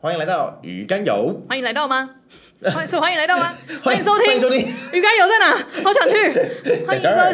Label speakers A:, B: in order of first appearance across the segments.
A: 欢迎来到鱼肝油，
B: 欢迎来到吗？ 欢是欢迎来到吗？欢迎收
A: 欢迎
B: 听
A: 收听
B: 鱼竿油在哪？好 想去！欢迎收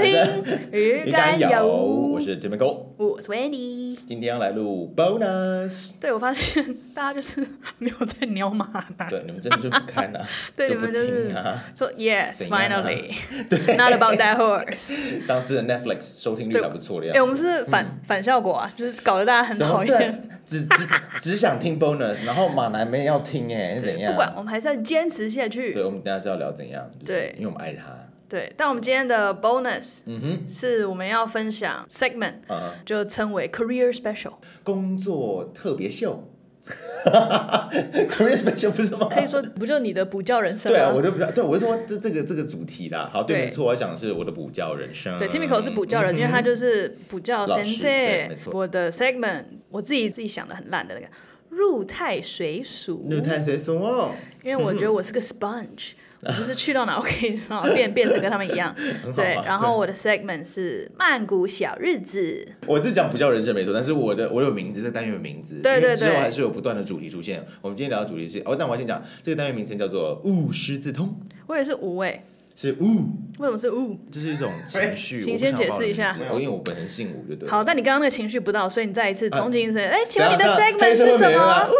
B: 听鱼竿油，
A: 我是这边狗，
B: 我是 Wendy。
A: 今天要来录 bonus。
B: 对，我发现大家就是没有在鸟马的，
A: 对，你们真的就不看啊，
B: 对，你
A: 不
B: 们就是
A: 听啊。
B: 说
A: 怎
B: Yes,
A: 样啊
B: finally, not about that horse。
A: 上次的 Netflix 收听率
B: 对
A: 还不错的
B: 哎、
A: 样
B: 我
A: 子。
B: 们是反反效果啊，就是搞得大家很
A: 然后
B: 讨
A: 对
B: 厌
A: 啊。，只只只想听 bonus，然后马男没要听哎，是怎样？
B: 不管，我们 还是要坚持下去。
A: 对，我们等一下是要聊怎样，就是
B: 对
A: 因为我们爱他。
B: 对，但我们今天的 bonus
A: 嗯哼，
B: 是我们要分享 segment，
A: 啊，
B: 就称为 career special。
A: 工作特别秀 ，career special 不是吗？
B: 可以说不就你的补教人生吗？
A: 对啊，我就比较对，我就说这这个这个主题啦。好，对，
B: 对
A: 没错，我想是我的补教人生。
B: 对 t i m i c o 是补教人，因为他就是补教
A: 嗯老师
B: sensei
A: 对没。错
B: 我的 segment 我自己自己想的很烂的那个入太随俗，
A: 女太谁说？
B: 因为我觉得我 是个 sponge，我就是去到哪我可以然后变变成跟他 们一样。
A: 啊
B: 对，然后我的 segment 是曼谷小日子。
A: 我是讲补教人生没错，但是我的我有名字，这个单元有名字，
B: 对
A: 因为
B: 对
A: 之后
B: 对
A: 还是有不断的主题出现。我们今天聊的主题是哦，但我要先讲这个单元名称叫做“悟师自通
B: 我也是无诶，”，
A: 是悟，
B: 为什么是无？
A: 就是一种情绪。我
B: 请
A: 不
B: 先
A: 想要
B: 解
A: 报
B: 释
A: 你
B: 一下
A: 名字哦，因为我本人姓武，就对了。啊
B: 好，但你刚刚那个情绪不到，所以你再一次重新一次。哎，请
A: 等
B: 问
A: 一下，
B: 你的
A: 黑
B: segment
A: 社
B: 是
A: 会
B: 什
A: 没了吗
B: 么？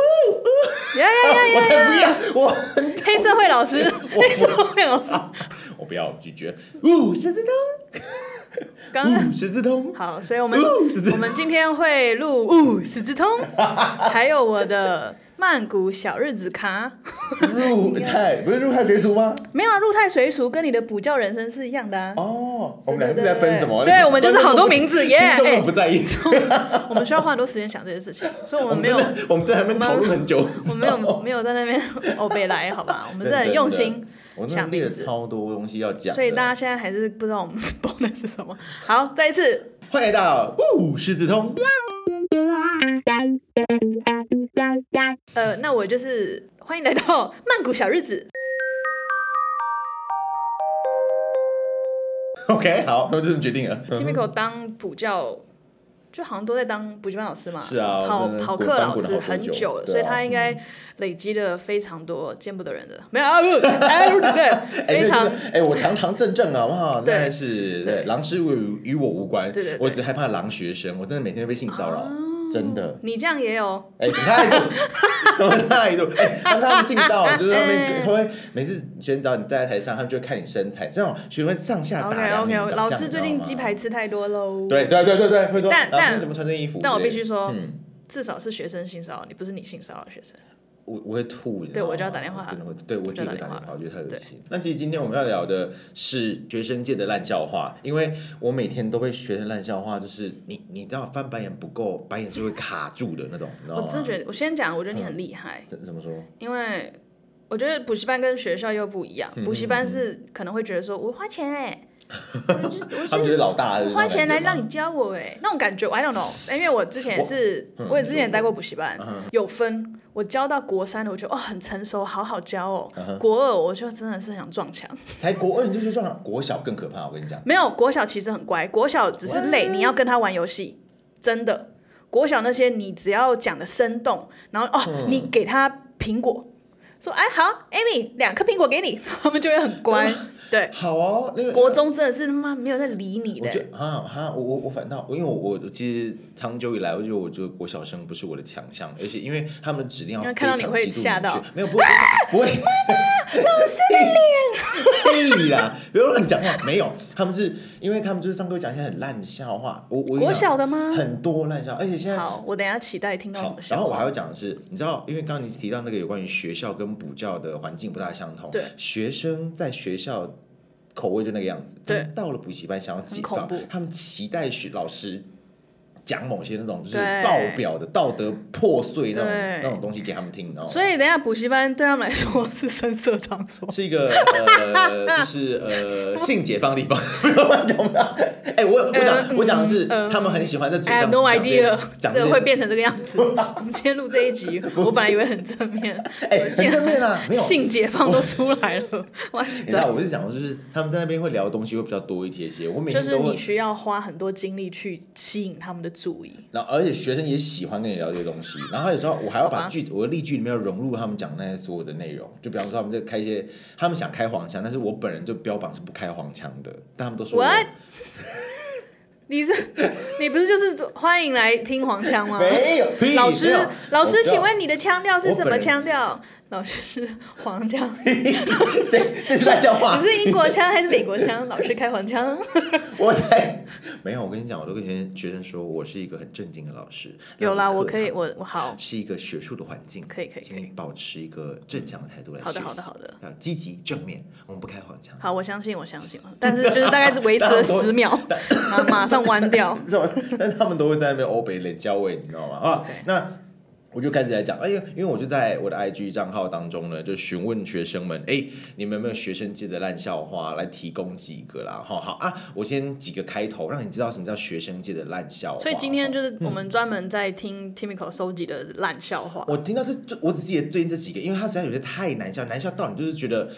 B: 呀呀呀
A: 我
B: 呀！
A: 才不要， 我
B: 黑社会老师，黑社会老师，
A: 我不要拒绝。悟师自通，
B: 刚刚
A: 悟师自 通，
B: 好，所以我们
A: 哦十字
B: 我们今天会录
A: 哦
B: 《五十字 通》，还有我的曼谷小日子卡。
A: 入太不是入太谁俗吗？
B: 没有啊，入太随俗跟你的补教人生是一样的啊。
A: 哦，我们两个是在分什么？
B: 对对对对我们就是好多名字耶
A: 听众
B: 哎
A: 们不在意，
B: 我们需要花很多时间想这些事 情，所以我
A: 我
B: 们
A: 们
B: 没有，
A: 哦真的我们在那边讨论很久，
B: 我们没有没有在那边 欧北来，好 吧？我们是
A: 认真
B: 很
A: 的
B: 用心
A: 我那
B: 想
A: 列
B: 名
A: 了
B: 字，
A: 超多东西要讲的，
B: 所以大家现在还是不知道我们 bonus 是什么。好，再一次，
A: 欢迎来到雾狮子通，
B: 呃，那我就是欢迎来到曼谷小日子。
A: OK，好，那我就这么决定了。
B: Timiko 当补教，就好像都在当补习班老师嘛，
A: 是啊
B: 跑
A: 真的
B: 跑
A: 滚
B: 课
A: 班
B: 老
A: 滚了
B: 师
A: 好多
B: 很
A: 久
B: 久了，
A: 对啊
B: 所以他应该累积了非常多见不得人的，没有啊，不哎不对，
A: 哎，
B: 非常
A: 对对对哎，我堂堂正正好不好？
B: 对
A: 真的是
B: 对
A: 对狼师与与我无关，
B: 对对对哦
A: 我只害怕狼学生，我真的每天都被性骚扰，真的。
B: 你这样也有，
A: 哎，怎么态度？怎么态度？哎，他们他们性骚扰，就是他
B: 哎
A: 们他们每次学生只要你站在台上，他们就会看你身材，这种学生会上下
B: o
A: 打
B: k
A: 量你长
B: OK，
A: 相
B: 老师最近
A: 你知
B: 鸡
A: 道吗
B: 排吃太多喽，
A: 对对对对对，会说
B: 但
A: 老师
B: 但
A: 你怎么穿这件衣服之类的？
B: 但我必须说
A: 嗯，
B: 至少是学生性骚扰你，不是你性骚扰学生，
A: 我我会吐，你知
B: 对
A: 道
B: 我就要
A: 吗
B: 打电话
A: 真的会，对我自己会打
B: 打
A: 电
B: 电
A: 话，
B: 话
A: 我觉得太恶
B: 对
A: 心。那其实今天我们要聊的是学生界的烂笑话，因为我每天都被学生烂笑话，就是你你知道翻白眼不够，白眼是会卡住的那种，你知道
B: 我
A: 吗？
B: 真的觉得，我先讲，我觉得你很厉害，
A: 怎怎么说？
B: 因为我觉得补习班跟学校又不一
A: 嗯
B: 样，补习班是可能会觉得说，我花钱哎、我就我
A: 他们就是
B: 是
A: 老大，
B: 我花钱来让
A: 你欸
B: 你教我哎、那种感觉我 I don't know，因为我之前也是，
A: 我嗯嗯
B: 我也之前也待过补习班，有分。我教到国三的，我觉得哦很成熟，好好教哦。
A: 嗯
B: 国二我就真的是很想撞墙。
A: 才国二你就去撞，国小更可怕，我跟你讲。
B: 没有国小其实很乖，国小只是累，你要跟他玩游戏，真的。国小那些你只要讲的生动，然后哦，
A: 嗯
B: 你给他苹果，说哎好，Amy 两颗苹果给你， 他们就会很乖。
A: 嗯
B: 对，
A: 好哦，那个
B: 国中真的是他妈没有在理你
A: 我
B: 的
A: 觉，得啊哈，我我我反倒，因为我我我其实长久以来，我觉得我觉得国小生不是我的强项，而且因为他们的指令要
B: 因
A: 非
B: 为
A: 常
B: 看到
A: 极
B: 你
A: 度
B: 会
A: 明确
B: 吓到，
A: 没有不会不会，老师
B: 啊
A: 的脸，屁啦，不要乱讲话，没有，他们是因为他们就是上课讲一些很烂的笑话，我我跟你
B: 国
A: 讲
B: 小的吗
A: 很多烂笑话，而且现在
B: 好，我等一下期待听到什
A: 好
B: 么，笑
A: 然后我还
B: 话。
A: 要讲的是，你知道，因为刚刚你提到那个有关于学校跟补教的环境不大相同，
B: 对
A: 学生在学校口味就那个样子，
B: 对
A: 他们到了补习班想要解
B: 很
A: 放
B: 恐怖，
A: 他们期待学老师。讲某些那种就是
B: 对
A: 爆表的道德破碎那种
B: 对
A: 那种东西给他们听，然后
B: 所以等一下补习班对他们来说是声色场 所。
A: 是一个呃，就是呃性解放的地方， 不要乱讲吧。哎，我我讲我讲的是
B: 嗯嗯
A: 他们很喜欢在嘴
B: I
A: 上
B: have no
A: 讲这
B: idea，
A: 讲
B: 这
A: 些
B: 个会变成这个样 子。我们今天录这一集，我本来以为很正面，
A: 哎
B: 我竟
A: 很
B: 然
A: 正面啊，没有
B: 性解放都出 来了，哇
A: 你知道
B: 塞！
A: 我是讲，就是他哎们在那边会聊的东西会比较多一些些。我每
B: 就
A: 天
B: 是
A: 都会
B: 你需要花很多精力去吸引他们的注意。
A: 然后而且学生也喜欢跟你聊这些东西，然后有时候我还要把句子，我的例句里面要融入他们讲那些所有的内容，就比方说他们在开一些，他们想开黄腔，但是我本人就标榜是不开黄腔的，但他们都说我
B: What？你是你不是就是欢迎来听黄腔吗？
A: 没有，屁
B: 哦老师
A: 没有，
B: 老
A: 我
B: 师，
A: 不要
B: 请问你的腔调是
A: 我
B: 什
A: 本
B: 么
A: 人
B: 腔调？老师是黄 腔，
A: 谁这是在讲话？
B: 你是英国腔还是美国腔？老师开黄腔，
A: 我在 没有，我跟你讲，我都跟学生学生说我是一个很正经的老师。
B: 有啦，
A: 然后
B: 我
A: 课
B: 可以，
A: 堂
B: 我我好，
A: 是一个学术的环境，
B: 可以可以
A: 请
B: 可以
A: 你保持一个正向的态度来
B: 好的
A: 学
B: 好的
A: 习
B: 好的，
A: 要积极正面，我们不开黄腔。
B: 好，我相信我相信，但是就是大概是维持了十秒，然后马上弯掉。
A: 你知道吗？但 是他们都会在那边欧北冷交味，你知道 吗？啊，那我就开始来讲，哎呦，因为我就在我的 IG 账号当中呢，就询问学生们，哎，你们有没有学生界的烂笑话来提供几个啦？哈，好啊，我先几个开头，让你知道什么叫学生界的烂笑话。
B: 所以今天
A: 哦。
B: 就是我们专门在听 Timiko 收集的烂笑话。
A: 我听到这，这我只记得最近这几个，因为他实在有些太难笑，难笑到你就是觉得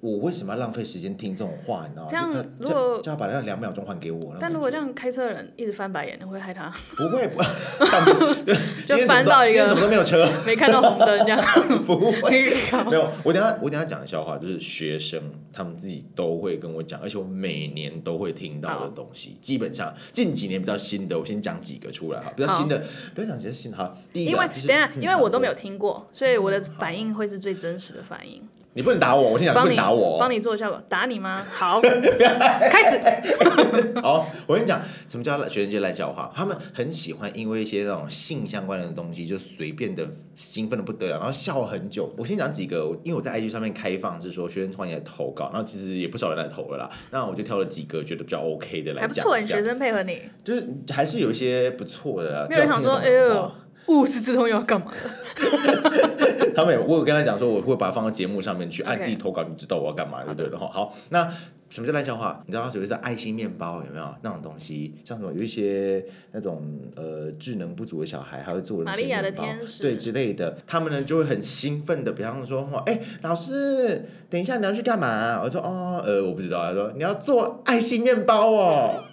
A: 我为什么要浪费时间听这种话，你知道吗？
B: 这样
A: 就他
B: 如果
A: 就就要把那两秒钟还给我，那种
B: 但如果
A: 感觉
B: 这样开车的人一直翻白眼，你会害他
A: 不会不，这样不今天怎么
B: 翻到一个
A: 今天怎么都没有车，
B: 没看到红灯 这样。
A: 不会，没有。我等一下我等一下讲的笑话，就是学生他们自己都会跟我讲，而且我每年都会听到的东西。基本上近几年比较新的，我先讲几个出来哈，比较新的，不要讲些新的哈。第一
B: 因
A: 个啊、
B: 为
A: 就
B: 等一
A: 是
B: 下，
A: 嗯
B: 因为我都没有听过，所以我的反应会是最真实的反应。
A: 你不能打我，我先讲不
B: 帮
A: 能
B: 你
A: 打我哦，
B: 帮你做效果，打 你吗？好，开始。
A: 好，我跟你讲，什么叫学生界烂笑话？他们很喜欢因为一些那种性相关的东西，就随便的兴奋的不得了，然后笑很久。我先讲几个，因为我在 IG 上面开放是说学生创业投稿，然后其实也不少人来投了啦。那我就挑了几个觉得比较 OK 的来
B: 还不
A: 讲
B: 错，
A: 一
B: 你
A: 下
B: 学生配 合你，
A: 就是还是有一些不错的啦。啊
B: 没有人想说，哎
A: 至少听得懂的哦
B: 呦
A: 话，
B: 物是自通要干嘛的？
A: 他们也，我有跟他讲说，我会把它放到节目上面去，按
B: OK
A: 自己投稿，你知道我要干嘛，对不对？然后好，那什么叫烂笑话？你知道它所谓的爱心面包有没有那种东西？像什么有一些那种呃智能不足的小孩，还会做那些
B: 玛利亚的
A: 面包
B: 天使
A: 对之类的，他们呢就会很兴奋的，比方说，哦哎、老师，等一下你要去干嘛？我说哦，呃，我不知道。他说你要做爱心面包 哦，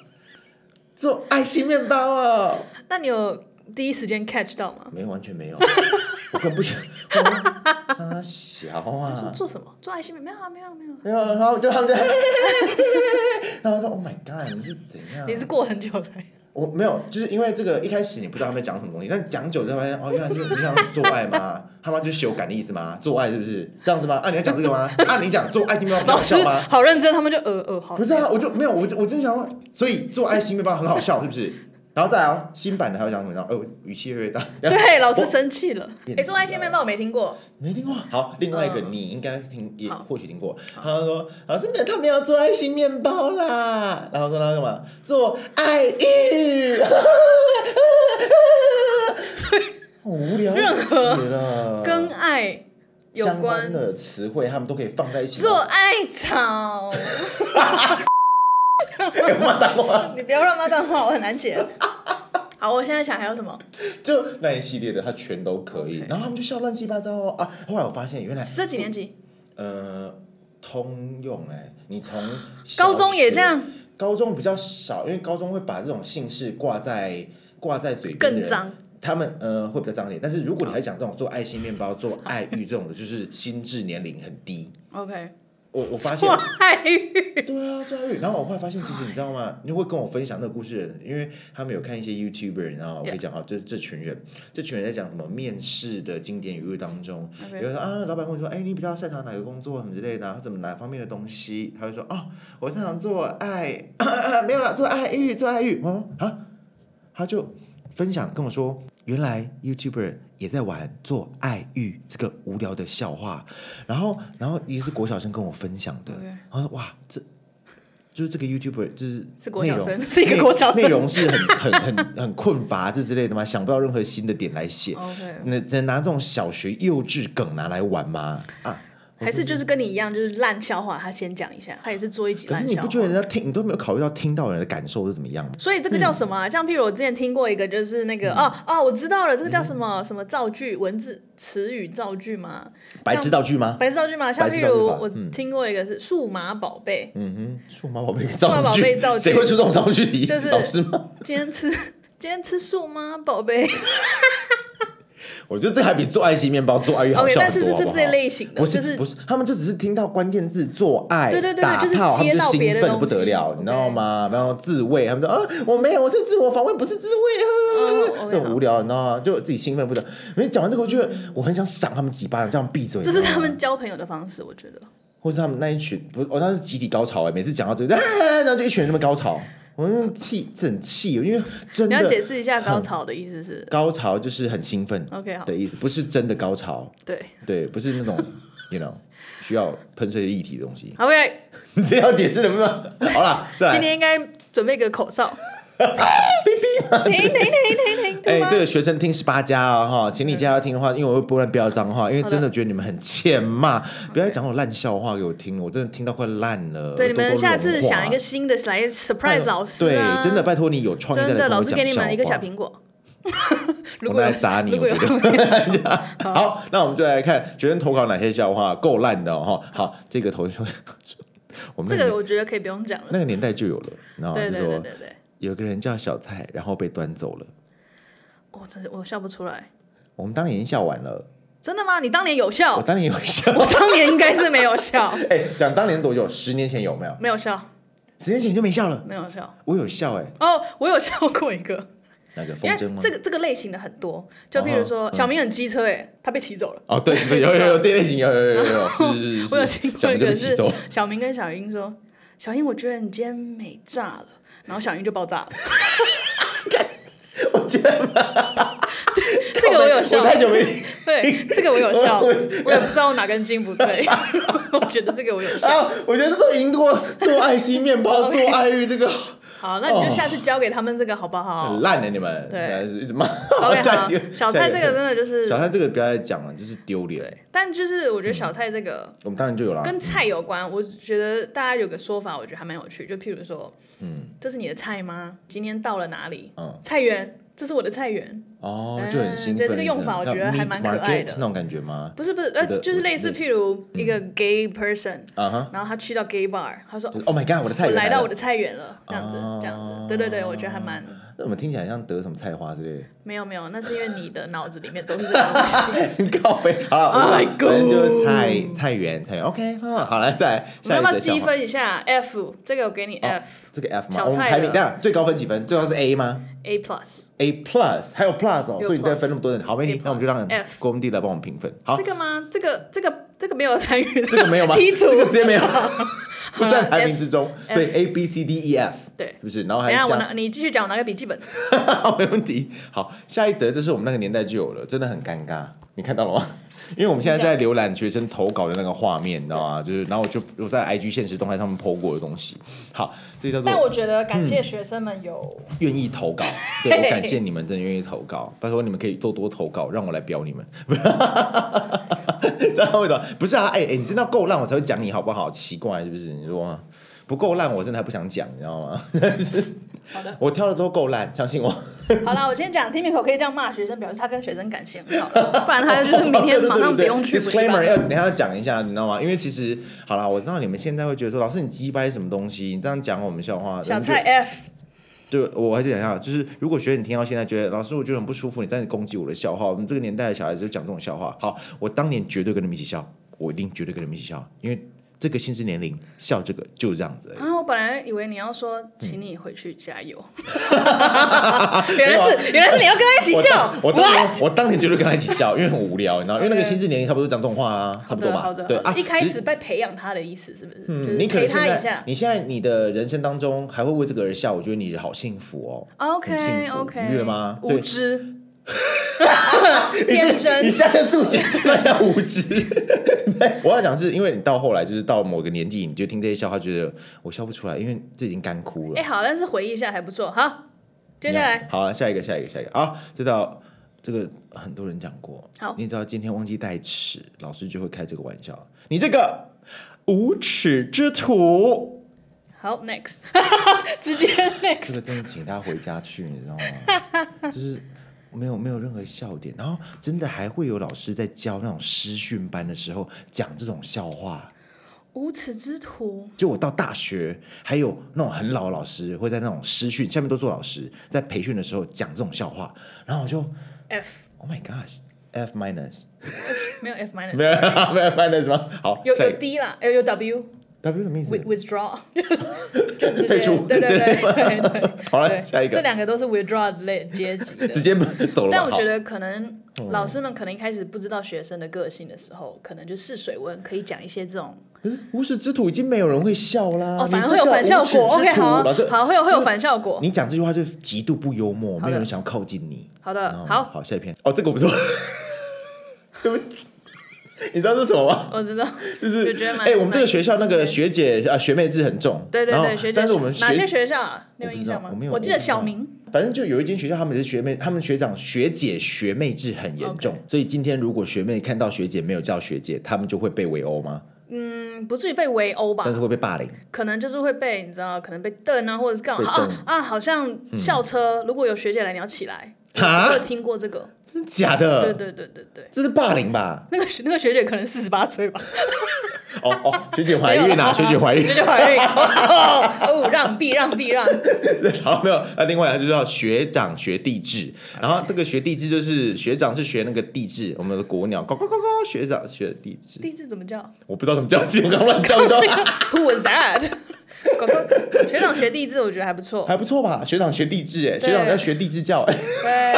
A: 做爱心面包哦。
B: 那你有第一时间 catch 到吗？
A: 没有，完全没有，我更不想，我 他小
B: 他说
A: 啊，
B: 做什么？做爱心没有啊，没有啊没有啊。
A: 没有，然后就他 们就然后我说 Oh my God，你是怎样？
B: 你是过很久才
A: 我没有，就是因为这个一开始你不知道他们在讲什么东西，但讲久了就发现哦，原来是你想做爱吗？他妈就是修改的意思吗？做爱是不是这样子吗？啊，你要讲这个 吗？啊，你讲做爱情面包不
B: 老
A: 好
B: 师
A: 笑吗？
B: 好认真，他们就呃呃好。
A: 不是啊，我就没有，我就我真的想说，所以做爱心面包很好笑是不是？然后再来哦，新版的还有讲什么？然后哦，语气越来越大，
B: 对，老师
A: 我
B: 生气了。哎，做爱心面包我没听过，
A: 没听过。好，另外一个
B: 嗯
A: 你应该听，也
B: 好
A: 或许听过。他说：“老师没有，他们要做爱心面包啦。”然后说他干嘛？做爱 欲。
B: 所以
A: 无聊
B: 任
A: 死
B: 何
A: 了。
B: 跟爱有
A: 呃相
B: 关
A: 关的词汇，他们都可以放在一起。
B: 做爱草，
A: 有骂脏话，
B: 你不要乱骂脏话，我很难解。好，我现在想还有什么？
A: 就那一系列的，他全都可以。
B: OK
A: 然后他们就笑乱七八糟哦啊！后来我发现，原来
B: 这几年级？
A: 呃通用哎、你从
B: 高中也
A: 小学
B: 这样，
A: 高中比较少，因为高中会把这种姓氏挂在挂在嘴边的人，
B: 更脏
A: 他们呃会比较脏一点。但是如果你还讲这种做爱心面包、做爱欲这种的，就是心智年龄很低。
B: OK，
A: 我我发 现
B: 做，爱欲，
A: 对啊，做爱欲。然后我后来发现，其实你知道吗？你会跟我分享这个故事的人，因为他们有看一些 YouTuber，然后我可以
B: Yeah
A: 讲哈，这这群人，这群人在讲什么面试的经典语录当中，比
B: OK
A: 如说啊，老板问说，哎，你比较擅长哪个工作什么之类的啊，怎么哪方面的东西？他会说，哦，我擅长做爱， 没有啦，做爱欲，做爱欲。我说啊，他就分享跟我说，原来 YouTuber 也在玩做爱欲这个无聊的笑话，然后然后也是国小生跟我分享的
B: OK，
A: 然后说哇，这就是这个 YouTuber 就是
B: 是国
A: 内
B: 小
A: 容
B: 生是一个
A: 内
B: 国小生
A: 内容是很 很很很困乏这之类的吗？想不到任何新的点来写
B: OK
A: 那只能拿这种小学幼稚梗拿来玩吗？啊！
B: 还是就是跟你一样，就是烂笑话，他先讲一下，他也是做一集
A: 可是
B: 烂
A: 你
B: 笑
A: 不
B: 话
A: 觉。得人家听你都没有考虑到听到人的感受是怎么样吗？
B: 所以这个叫什么、啊？像譬如我之前听过一个，就是那个、哦哦，我知道了，这个叫什么、什么造句、文字词语造句吗？
A: 白痴道具吗？
B: 白痴造句吗？
A: 白
B: 像
A: 痴造
B: 譬
A: 句
B: 如
A: 法
B: 我听过一个是数码宝贝，
A: 嗯哼，数码宝贝
B: 码
A: 造
B: 宝
A: 句
B: 贝造，句
A: 谁会出这种造句题？
B: 就是
A: 老师吗？
B: 今天吃今天吃素吗，宝贝
A: 我觉得这还比做爱心面包做爱欲好
B: ？OK，
A: 笑
B: 但
A: 很多，
B: 是是
A: 好
B: 是
A: 不好
B: 这类型的，
A: 不是、
B: 就是
A: 不是，他们就只是听到关键字做爱，
B: 对对对
A: 打
B: 对就是
A: 炮，他们
B: 接
A: 就
B: 到
A: 兴
B: 别的
A: 奋的
B: 东
A: 不得
B: 西
A: 了，你知道
B: OK
A: 吗？然后自慰，他们说啊，我没有，我是自我防卫，不是自慰啊，
B: 嗯，OK，
A: 这
B: 好
A: 种无聊，你知道吗？就自己兴奋不得了。因为讲完这个，我觉得我很想赏他们几巴掌，这样闭嘴。
B: 这
A: 你
B: 是
A: 知道
B: 他
A: 吗
B: 们，交朋友的方式，我觉得。
A: 或是他们那一群，不，哦，那是集体高潮哎、每次讲到这个，啊 然后就一群人那么高潮，我真的气，这很气，因为真
B: 你要解
A: 的
B: 释一下高潮的意思是
A: 高潮就是很兴奋
B: ？OK，好
A: 的，意思，不是真的高潮，
B: 对
A: 对，不是那种，you know，需要喷射液体的东西。
B: ，OK，
A: 你这要解释能不能？ 好啦，再来
B: 今天应该准备个口哨。停停停停停
A: 哎
B: 对、吗
A: 这？个学生听十八家哦哈，请你家要听的话，因为我会波乱飙脏话，因为真的觉得你们很欠骂，不要再讲我烂笑话给我听，我真的听到快烂了。
B: 对，你
A: 耳朵都
B: 们下次
A: 融化
B: 想一个新的来 surprise 老师啊
A: 对，真的拜托你有创意再
B: 真
A: 来
B: 的，
A: 跟
B: 老
A: 我
B: 师
A: 讲
B: 给你们一个
A: 笑
B: 小
A: 话
B: 苹果。
A: 我们
B: 如果
A: 来
B: 有
A: 砸你，
B: 如
A: 我
B: 果
A: 觉
B: 有
A: 得。好，那我们就来看学生投稿哪些笑话够烂的哦哈。好，这个同学，我们
B: 这
A: 那
B: 个，我觉得可以不用讲了。
A: 那个年代就有了，然后
B: 对
A: 就
B: 对对
A: 说
B: 对对，
A: 有个人叫小蔡，然后被端走了。
B: 我哦真是我笑不出来。
A: 我们当年已经笑完了，
B: 真的吗？你当年有
A: 我
B: 笑，
A: 当年有笑。
B: 我当年应该是没有笑，
A: 哎、讲当年多久？十年前有没有？
B: 没有笑，
A: 十年前就没笑了。
B: 没有笑。
A: 我有笑哎、
B: 哦，我有笑过一个，
A: 那个
B: 因
A: 风筝
B: 为
A: 吗？
B: 这个这个类型的很多，就譬如
A: 哦
B: 说
A: 嗯
B: 小明很机车，哎，他被骑走了。
A: 哦，对，对有有有这类型，有有有有有，是
B: 我有
A: 是
B: 听
A: 是，
B: 过
A: 想
B: 一
A: 就被
B: 个
A: 骑
B: 是
A: 走。
B: 小明跟小英说：“小英，我觉得你今天美炸了。”然后小英就爆炸 了。
A: 我觉得
B: 这个我有笑
A: 我，太久没听。
B: 对，这个我有笑，
A: 我
B: 我也不知道我哪根筋不 对，我觉得这哦个我有笑。
A: 啊，我觉得这都赢过做爱心面 包、做爱玉这个
B: 好，那你就下次交给他们这个好不好
A: 很烂的、你们
B: 对
A: 但是一直骂。
B: ？OK，
A: 哦 下
B: 好
A: 一个，
B: 小蔡这个真，的就
A: 下一小
B: 是
A: 蔡这个不要再讲了，就是丢脸。
B: 对，但就是我觉得小蔡这个。
A: 我们当然就有啦。
B: 跟菜有关，我觉得大家有个说法，我觉得还蛮有趣，就譬如说，嗯，这是你的菜吗？今天到了哪里？
A: 嗯
B: 菜园，这是我的菜园，
A: 哦，就很兴奋。
B: 嗯对这个用法我觉得还蛮可爱的
A: 是那种感觉吗？
B: 不是不是，呃
A: 我，的
B: 就是类似
A: 我的嗯
B: 譬如一个 gay person，、
A: 啊哈
B: 然后他去到 gay bar，他说。
A: ，Oh my god，我的菜
B: 我
A: 园
B: 来
A: 来了
B: 到我的菜园了，这样子，
A: 哦
B: 这样子，对对对，我觉得还蛮
A: 那我们听起来像得什么菜花之类
B: 没有没有，那是因为你的脑子里面都是这个东西。
A: 的，告白好了，
B: Oh
A: 我
B: my
A: 们反正
B: God
A: 就是菜菜园菜园，OK，哈好来再来下一
B: 我们要不要
A: 个
B: 积
A: 笑话。
B: 分一下？F 这个我给你
A: 哦
B: F
A: 这个 F 吗？
B: 小
A: 我们
B: 菜
A: 排名
B: 的
A: 这样最高分几分？最高是 A 吗
B: A plus，
A: ？A plus 还有 plus 哦，
B: 有
A: 所以你再
B: plus
A: 分那么多人，好没
B: A
A: 题
B: plus，，
A: 那我们就让
B: F
A: 工地来帮我们评分。好
B: 这，个吗？这个这个这个没有参与，
A: 这个没有吗？
B: 剔除
A: 这个直接没有，不在排名
B: F
A: 之中。所以 A B C D E F
B: 对
A: 是，不是？然后
B: 等
A: 还
B: 一下
A: 有
B: 我
A: 加
B: 拿你继续讲，我拿个笔记本。
A: 好，没问题。好，下一则这是我们那个年代就有了，真的很尴尬，你看到了吗？ 因为我们现在在浏览学生投稿的那个画面，你知道吗？就是，然后我就我在 IG 现实动态上面 PO 过的东西。好，这叫
B: 但我
A: 做
B: 觉得感
A: 嗯
B: 谢学生们有，
A: 愿意投 稿，对我感谢你们真的愿意投稿，拜托你们可以多多投稿，让我来标你们。 这样会的，不是啊？哎、哎、你真的要够烂我才会讲你好不好？奇怪是不是？你说啊不够烂，我真的还不想讲，你知道吗？
B: 好的，
A: 我挑的都够烂，相信我。
B: 好啦，我今天讲 Timiko 可以这样骂学生，表示他跟学生感谢很好，不然他就是 明
A: 对
B: 天
A: 对对
B: 马上 不
A: 对
B: 用去补习
A: Disclaimer
B: 班。
A: 要等一下要讲一下，你知道吗？因为其实好啦，我知道你们现在会觉得说，老师你鸡掰什么东西？你这样讲我们笑话，
B: 小
A: 菜。
B: 蔡 F，
A: 就我还是讲一下，就是如果学生你听到现在觉得老师我觉得很不舒服，你在攻击我的笑话，我们这个年代的小孩子就讲这种笑话。好，我当年绝对跟你们一起笑，我一定绝对跟你们一起笑，因为这个心智年龄笑这个就是这样子而已。
B: 啊，我本来以为你要说，请你回去加油，原来是原来是你要跟他一起
A: 我
B: 笑
A: 当，我当
B: 哇！
A: 年我当年绝对跟他一起笑，因为很无聊，你知道，因为那个
B: OK
A: 心智年龄差不多讲这种话啊，差
B: 好
A: 不多
B: 的
A: 吧。
B: 好的，
A: 对
B: 好的
A: 啊，
B: 一开
A: 只是
B: 始被培养他的意思是不是？就
A: 嗯，
B: 是
A: 你可能
B: 陪
A: 现
B: 他一
A: 在
B: 下，。
A: 你现在你的人生当中还会为这个而笑，我觉得你好幸福哦。很幸
B: OK
A: 福
B: OK，
A: 你觉得吗所以
B: 无知，天真
A: 你现在注解乱讲无知。 我要讲是因为你到后来就是到某个年纪，你就听这些笑话，觉得我笑不出来，因为这已经干枯了
B: 哎，。好，但是回忆一下还不错。好，接下
A: 你
B: 来
A: 看好，下一个，下一个，下一个啊！这道这个很多人讲过。
B: 好
A: 你只要今天忘记带尺，老师就会开这个玩笑。你这个无耻之徒，
B: 好 next，直接 next。
A: 这个真的请他回家去，你知道吗？就是。没有没有任何笑点，然后真的还会有老师在教那种师训班的时候讲这种笑话，
B: 无耻之徒，
A: 就我到大学，还有那种很老的老师会在那种师训，下面都做老师，在培训的时候讲这种笑话，然后我就
B: F
A: Oh my gosh。F minus
B: 没有 F minus，
A: 没有没有 minus 吗？好，
B: 有
A: 下一
B: 有
A: 个
B: D 啦，有有 W
A: W 什么意思
B: with withdraw，就直接
A: 退出
B: 对对
A: 之类
B: 对
A: 的
B: 对对对。
A: 好了， 下一
B: 这
A: 个
B: 两个都是 withdraw 类阶级的
A: 直。接走了吧。
B: 但我
A: 好嗯
B: 觉得可能老师们可能一开始不知道学生的个性的时候，可能就试水温，可以讲一些这种
A: 可是无耻之徒已经没有人会笑啦，
B: 哦，反而
A: 你
B: 会
A: 这
B: 有
A: 个
B: 反效
A: 无耻之
B: 果。
A: 徒
B: OK，好
A: 老师，
B: 好会有会有反效果。
A: 你讲这句话就是极度不幽默，
B: 的
A: 没有人想要靠近你。
B: 好
A: 嗯
B: 的，好，
A: 好，下一篇哦，这个我不错， 对不起你知道这是什么吗？
B: 我知道。
A: 就是
B: 就觉得蛮
A: 哎、我们这个学校那个
B: 蛮
A: 学姐啊学妹制很重，
B: 对对
A: 然后
B: 对，学姐
A: 但是我们
B: 哪些
A: 学
B: 学校啊？你有
A: 我不
B: 印
A: 知道
B: 象吗
A: 我没有？
B: 记得小明
A: 反正就有一间学校，他们是学妹，他们学长、学姐、学妹制很严重所以今天如果学妹看到学姐没有叫学姐，他们就会被围殴吗？
B: 嗯不至于被围殴吧
A: 但？是会被霸凌。
B: 可能就是会被你知道，可能被瞪啊，或者是干嘛
A: 被嗯
B: 啊啊？好像校车如果有学姐来，你要起来。
A: 哈
B: 我有听过这个？
A: 真的假的？
B: 啊对对对对对，
A: 这是霸凌吧？
B: 那个学那个学姐可能四十八岁吧。
A: 哦哦，学姐怀孕啊，学姐怀孕
B: 学。 姐怀孕，哦，让避让避让，
A: 好，没有。那另外一个就叫学长学地质，然后这个学地质就是学长是学那个地质，我们的国鸟，高高高高，学长学地质，
B: 地质怎么叫
A: 我不知道怎么叫， 我刚乱叫的，
B: ？Who was that？广告学长学地质，我觉得还不错。
A: 还不错吧？学长学地质，哎，
B: 对
A: 学长在学地质教，哎，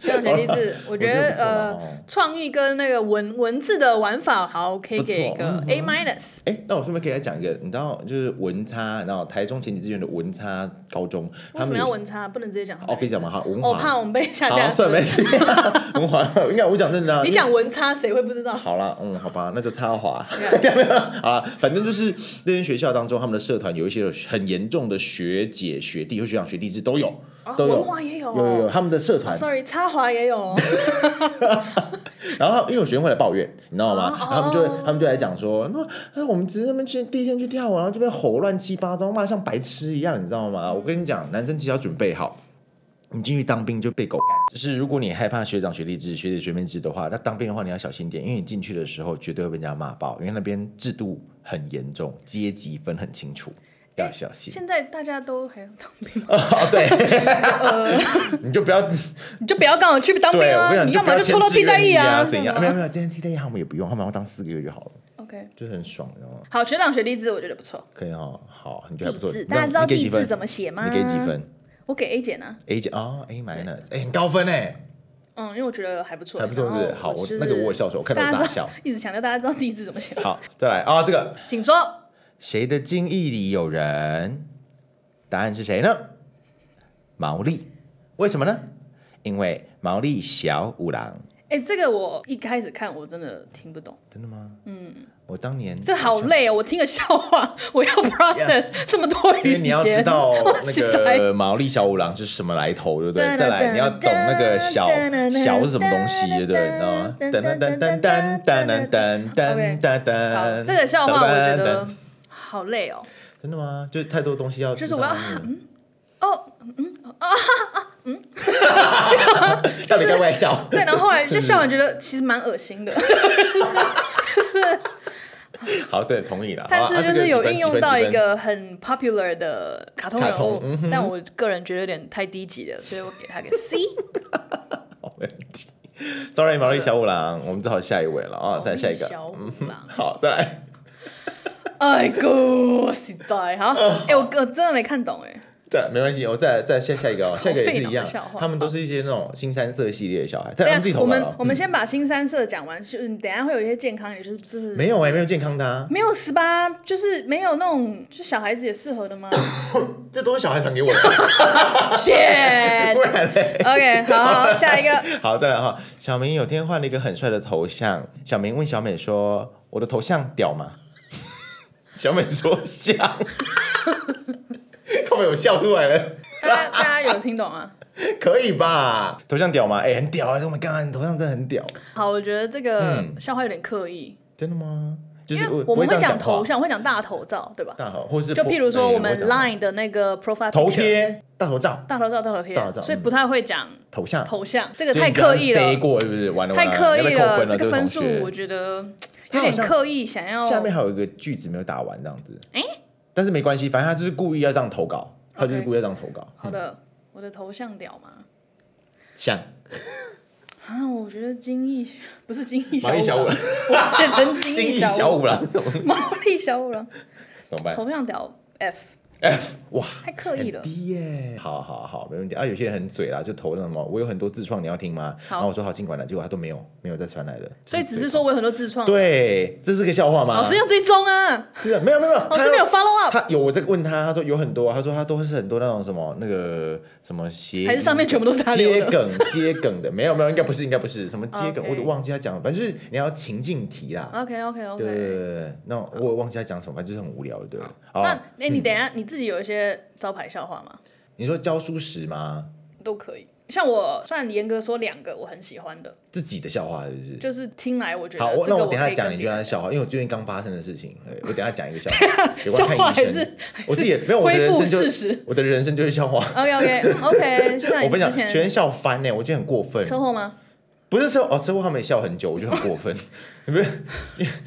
B: 对，学长学地质，
A: 我
B: 我觉
A: 觉得
B: 得
A: 不错啊哦
B: 呃，创意跟那个文文字的玩法好，可以给一
A: 不
B: 个
A: 错嗯
B: A minus。
A: 哎，那我顺便可以来讲一个，你知道就是文差，然后台中前几志愿的文差高中，
B: 为
A: 他
B: 什
A: 们
B: 么
A: 有
B: 要文差？不能直接讲。
A: 哦，可以讲吗？好，文
B: 我
A: 华，
B: 怕我们被下架
A: 好，。算没 事，文华，应该我讲真的啊，
B: 你讲文差，谁会 不知道？
A: 好啦，嗯，好吧，那就插花
B: Yeah.
A: 啊。反正就是那间学校当中，他们的社团有一些有很严重的学姐、学弟或学长、学弟制都有，
B: 啊
A: 都有。
B: 文华也有哦
A: 有有有他们的社团，
B: Sorry，插华 也有哦。
A: 然后因为有学生会来抱怨，你知道吗？
B: 哦
A: 然后他们就会他们就来讲说，那那我们只是那边去第一天去跳舞，然后这边吼乱七八糟，骂得像白痴一样，你知道吗？我跟你讲，男生其实要准备好。你进去当兵就被狗干，就是如果你害怕学长学弟制、学姐学妹制的话，那当兵的话你要小心点，因为你进去的时候绝对会被人家骂爆，因为那边制度很严重，阶级分很清楚，要小心。
B: 哎现在大家都还要当兵吗，
A: 哦，对， 你就不要
B: 你就不要告诉我去当兵
A: 对我跟
B: 呃啊！
A: 讲，
B: 要么
A: 不要
B: 就抽到
A: 签
B: 替代
A: 志愿
B: 役
A: 役啊，
B: 啊，
A: 怎样？
B: 是
A: 没
B: 吗
A: 有没有，今天替代役他们也不用，他们要当四个月就好了。
B: OK，
A: 就是很爽，你知道吗？
B: 好，学长学地质我觉得不错。
A: 可以哦，好，你觉得还
B: 地
A: 不错。
B: 质，
A: 那
B: 大家知道
A: 你给
B: 地
A: 几分
B: 质怎么写吗？
A: 你给几？分
B: 我给 A 减啊，
A: ？A 加哦，A minus，哎，很高分哎，
B: 嗯，因为我觉得还不错，
A: 还不错，
B: 然
A: 对
B: 后
A: 不对？好，我
B: 就是
A: 那个我也笑出来，我看到
B: 大
A: 我
B: 家
A: 大
B: 知道
A: 笑。
B: 一直强调大家知道地质怎么写。
A: 好，再来啊，这个
B: 请说，
A: 谁的精益里有人？答案是谁呢？毛利。为什么
B: 嗯
A: 呢？因为毛利小五郎。
B: 哎，这个我一开始看我真的听不懂，
A: 真的吗？嗯，我当年
B: 这好累哦，我听个笑话， 我要 process 这么多
A: 因
B: 语言，
A: 为你要知道
B: 我
A: 那
B: 实在
A: 个毛利小五郎是什么来头，对不对？
B: 噔噔
A: 再来
B: 噔
A: 你要懂那个小
B: 噔噔噔
A: 小是什么东西，对不对？你知道吗？
B: 噔
A: 噔
B: 噔
A: 噔
B: 噔
A: 噔
B: 噔
A: 噔噔
B: 噔噔
A: 噔噔噔噔嗯噔。
B: 好这个笑话我觉得
A: 噔噔
B: 好累哦，
A: 真的吗？就是太多东西要
B: 就
A: 知
B: 是
A: 道
B: 我要
A: 了，
B: 哈嗯
A: 到底该不该笑？
B: 对，然后后来就笑完觉得其实蛮恶心的，
A: 啊
B: 就是。
A: 好，对，同意了。
B: 但
A: 好
B: 是
A: 啊这
B: 就
A: 个
B: 是
A: 几
B: 有
A: 分
B: 应
A: 几
B: 用
A: 分
B: 到
A: 几
B: 一
A: 分
B: 个很 popular 的卡通
A: 卡
B: 人物
A: 通嗯，
B: 但我个人觉得有点太低级了，所以我给他个 C。
A: 好没问题。Sorry，毛利小五郎，我们 只好下一位了啊，再下一个。嗯
B: 小五郎，
A: 好，再来。
B: 哎哥，实在 好，哎，我我真的没看懂哎，
A: 对，没关系，我再再下下一个哦，下一个也
B: 费
A: 是
B: 脑
A: 一
B: 的
A: 样
B: 笑话，
A: 他们都是一些那种新三色系列的小孩，但 他
B: 对啊
A: 们自己，投
B: 我
A: 稿
B: 们
A: 的哦。
B: 我们先把新三色讲完，是嗯等一下会有一些健康，也就是就是
A: 没有哎、没有健康的、啊，
B: 没有十八，就是没有那种就小孩子也适合的 吗
A: 这都是小孩传给我 的，不
B: ？Shit，OK，
A: 然嘞。
B: 好 好，下一个，
A: 好，再来哈，小明有天换了一个很帅的头像，小明问小美说：“我的头像屌吗？” 小美说：“像。”后面我笑出来了，
B: 大家大家有听懂啊吗？
A: 可以吧？头像屌吗？哎、很屌啊！我们刚刚你头像真的很屌，
B: 好，我觉得这个
A: 嗯
B: 笑话有点刻意。
A: 真的吗？就
B: 因
A: 是
B: 为
A: 我
B: 我们
A: 不
B: 会
A: 这样
B: 讲头
A: 话，
B: 像，我会讲大头照，对吧？
A: 大头，或是
B: 就
A: po-
B: 譬如
A: 哎
B: 说我
A: 会
B: 们
A: 讲
B: Line 的那个 profile
A: 头
B: picture，
A: 贴、大头照、
B: 大头照、大头贴
A: 大头，照
B: 所以
A: 嗯
B: 不太会讲
A: 头像，
B: 头像，这个
A: 就是
B: 太
A: 你刚
B: 刻
A: 刚
B: 意了
A: 塞，过是不是？完了，
B: 太
A: 完
B: 刻
A: 要
B: 意
A: 被扣分
B: 这
A: 这
B: 个
A: 同
B: 分数
A: 学
B: 我觉得
A: 他好
B: 有点
A: 像
B: 刻意想要
A: 下面还有一个句子没有打完这样子。
B: 哦诶
A: 但是没关系，反正他就是故意要这样投稿，他就是
B: OK
A: 故意要这样投稿。
B: 好的，我的头像屌吗？
A: 像
B: 啊，我觉得精益不是精益
A: 玛丽
B: 小
A: 小
B: 五
A: 五
B: 郎
A: 郎，
B: 我写成 精
A: 精益
B: 小
A: 小
B: 五
A: 五郎， 怎
B: 郎， 毛利小五郎，
A: 么办
B: 头像屌 F，
A: ？F 哇，
B: 太刻意了
A: 很。低耶。好好好，没问题啊。有些人很嘴啦，就投那什么，我有很多自创，你要听吗？
B: 好
A: 然后我说好，尽管来，结果他都没有没有再传来的。
B: 所以只是说我有很多自创，啊
A: 对，这是个笑话吗？
B: 老师要追踪啊，
A: 是的没有没有没有，
B: 老
A: 他
B: 师没有 follow up，
A: 他有我在问他，他说有很多，他说他都是很多那种什么那个什么谐音
B: 还是上面全部都是他留
A: 接
B: 的？
A: 梗接梗的，没有没有，应该不是应该不是什么接梗
B: OK
A: 我都忘记他讲了，反正就是你要情境题啦。
B: OK OK
A: 对对
B: OK。
A: 对对对，那我也忘记他讲什么，反正就是很无聊，对了。好，
B: 那哎、你等一下、你自己有一些招牌笑话吗？
A: 你说教书时吗？
B: 都可以。像我虽然严格说两个我很喜欢的，
A: 自己的笑话是不是？
B: 就是听来我觉得
A: 好，我
B: 这
A: 那
B: 个
A: 我
B: 可
A: 等
B: 以
A: 一下讲
B: 跟
A: 一
B: 别
A: 个
B: 人
A: 他的笑话，因为我最近刚发生的事情，对我等一下讲一个 笑话，有关
B: 笑话
A: 看
B: 还
A: 医生
B: 是。
A: 我自己也没有，我的
B: 恢
A: 人
B: 复
A: 生
B: 事
A: 就
B: 实。
A: 我的人生就是笑话。
B: OK OK OK，就像
A: 我
B: 你
A: 跟你讲，
B: 之
A: 学生
B: 前
A: 笑翻欸呢，我觉得很过分。
B: 车祸吗？
A: 不是车哦，车祸他们也笑很久，我觉得很过 分。因为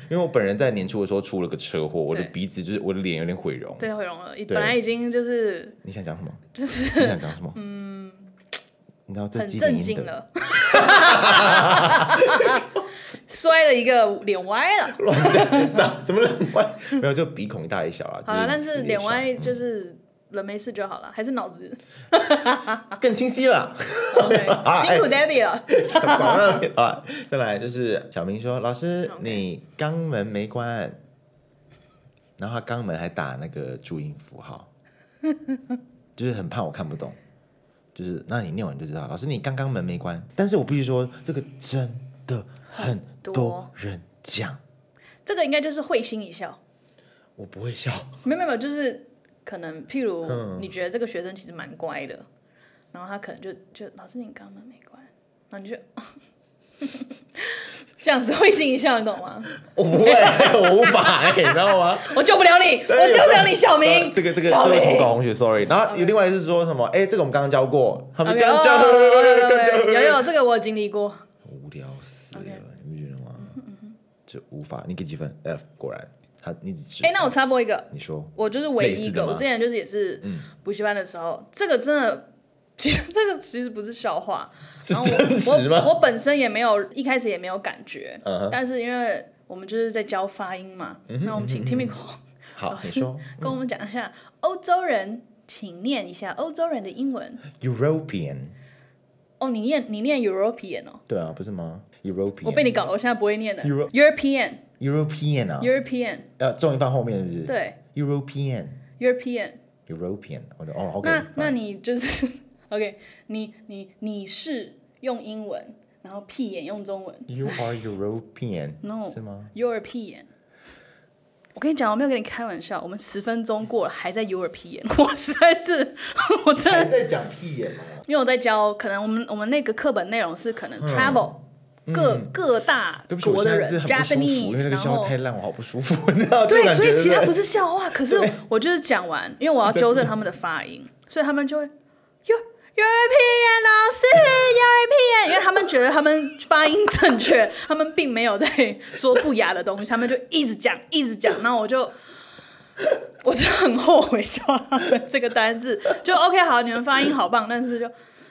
A: 因为我本人在年初的时候出了个车祸，我的
B: 对
A: 鼻子就是我的脸有点毁容。
B: 对，毁容了。
A: 对
B: 本来已经就是
A: 你想讲什么？
B: 就
A: 你
B: 是
A: 想讲什么？嗯，你知道这
B: 很
A: 几
B: 震
A: 点赢
B: 惊
A: 的？
B: 了， 摔了一个脸歪 了。
A: 乱讲 啥？怎么乱歪？没有，就鼻孔大一小啦。
B: 好了，但
A: 就是是
B: 脸歪
A: 小
B: 就是人没事就好了，还是脑 子
A: 更清晰了。
B: OK，辛
A: 哎
B: 苦 Debbie 了。
A: 啊，再来就是小明说：“老师
B: OK
A: 你肛门没关。”然后他肛门还打那个注音符号，就是很怕我看不懂。就是那你念完就知道，老师你刚肛门没关。但是我必须说，这个真的很
B: 多
A: 多人讲，
B: 这个应该就是会心一笑，
A: 我不会笑。
B: 没有没有没有，就是可能譬如
A: 嗯
B: 你觉得这个学生其实蛮乖的，然后他可能就就老师你肛门没关，然后你就 这样子会心一笑，你懂吗？
A: 我不会，我无法、欸，你知道吗？
B: 我救不了你，我救不了你，小明。
A: 这个这个
B: 小
A: 这
B: 明
A: 位投稿同学，sorry。然后有另外一个是说什么？哎，这个我们刚刚教过，他们
B: OK，
A: 刚刚
B: 哦
A: 教，
B: 有有
A: 刚教
B: 有有有有这个我有经历过，
A: 无聊死了
B: OK 嗯
A: 你不觉得吗？这无法，你给几分？F 果然，他你只知
B: 哎，那我插播一个，
A: 你说
B: 我就是唯一
A: 类
B: 一
A: 似的
B: 个，
A: 吗嗯
B: 我之前就是也是补习班的时候，这个真的，其实这个其实不是笑话，
A: 是
B: 然后
A: 真实
B: 我我
A: 吗？
B: 我本身也没有一开始也没有感觉，
A: 嗯哼嗯
B: 但是因为我们就是在教发音嘛，那我们请 Timmy
A: 好
B: 老，
A: 你
B: 师
A: 说
B: 跟我们讲一下欧洲人，请念一下欧洲人的英文。
A: European
B: 哦，你念你念 European 哦，
A: 对啊，不是吗
B: 我被
A: ？European
B: 你搞了，我现在不会念了。
A: Euro-
B: European
A: European 啊，
B: European
A: 呃，重音放后面是不是？
B: 对
A: ，European
B: European，
A: European，我就哦，OK，
B: 那那
A: 好
B: 你就是 OK，你你你是用英文，然后屁眼用中文。
A: You are European
B: No
A: 是吗？
B: European。我跟你讲，我没有跟你开玩笑，我们十分钟过了还在 European，我 实在是， 我真的，
A: 在讲屁眼吗？
B: 因为我在教，可能我们我们那个课本内容是可能 travel、各各大
A: 嗯对不起，我
B: 国
A: 现
B: 的
A: 在
B: 人
A: 真的很不舒服，因为那
B: ，Japanese，
A: 个
B: 然
A: 笑
B: 后
A: 话太烂，我好不舒服，你知道这种
B: 对，
A: 感
B: 所以
A: 觉
B: 其
A: 对
B: 他
A: 不
B: 不
A: 对？
B: 是笑话，可是我就是讲完，因为我要纠正他们的发音，所以他们就会 Eu- European 老师 European，因为他们觉得他们发音正确，他们并没有在说不雅的东西，他们就一直讲一直讲，然后我就。我就很后悔教他们这个单字，就 OK 好，你们发音好棒，但是就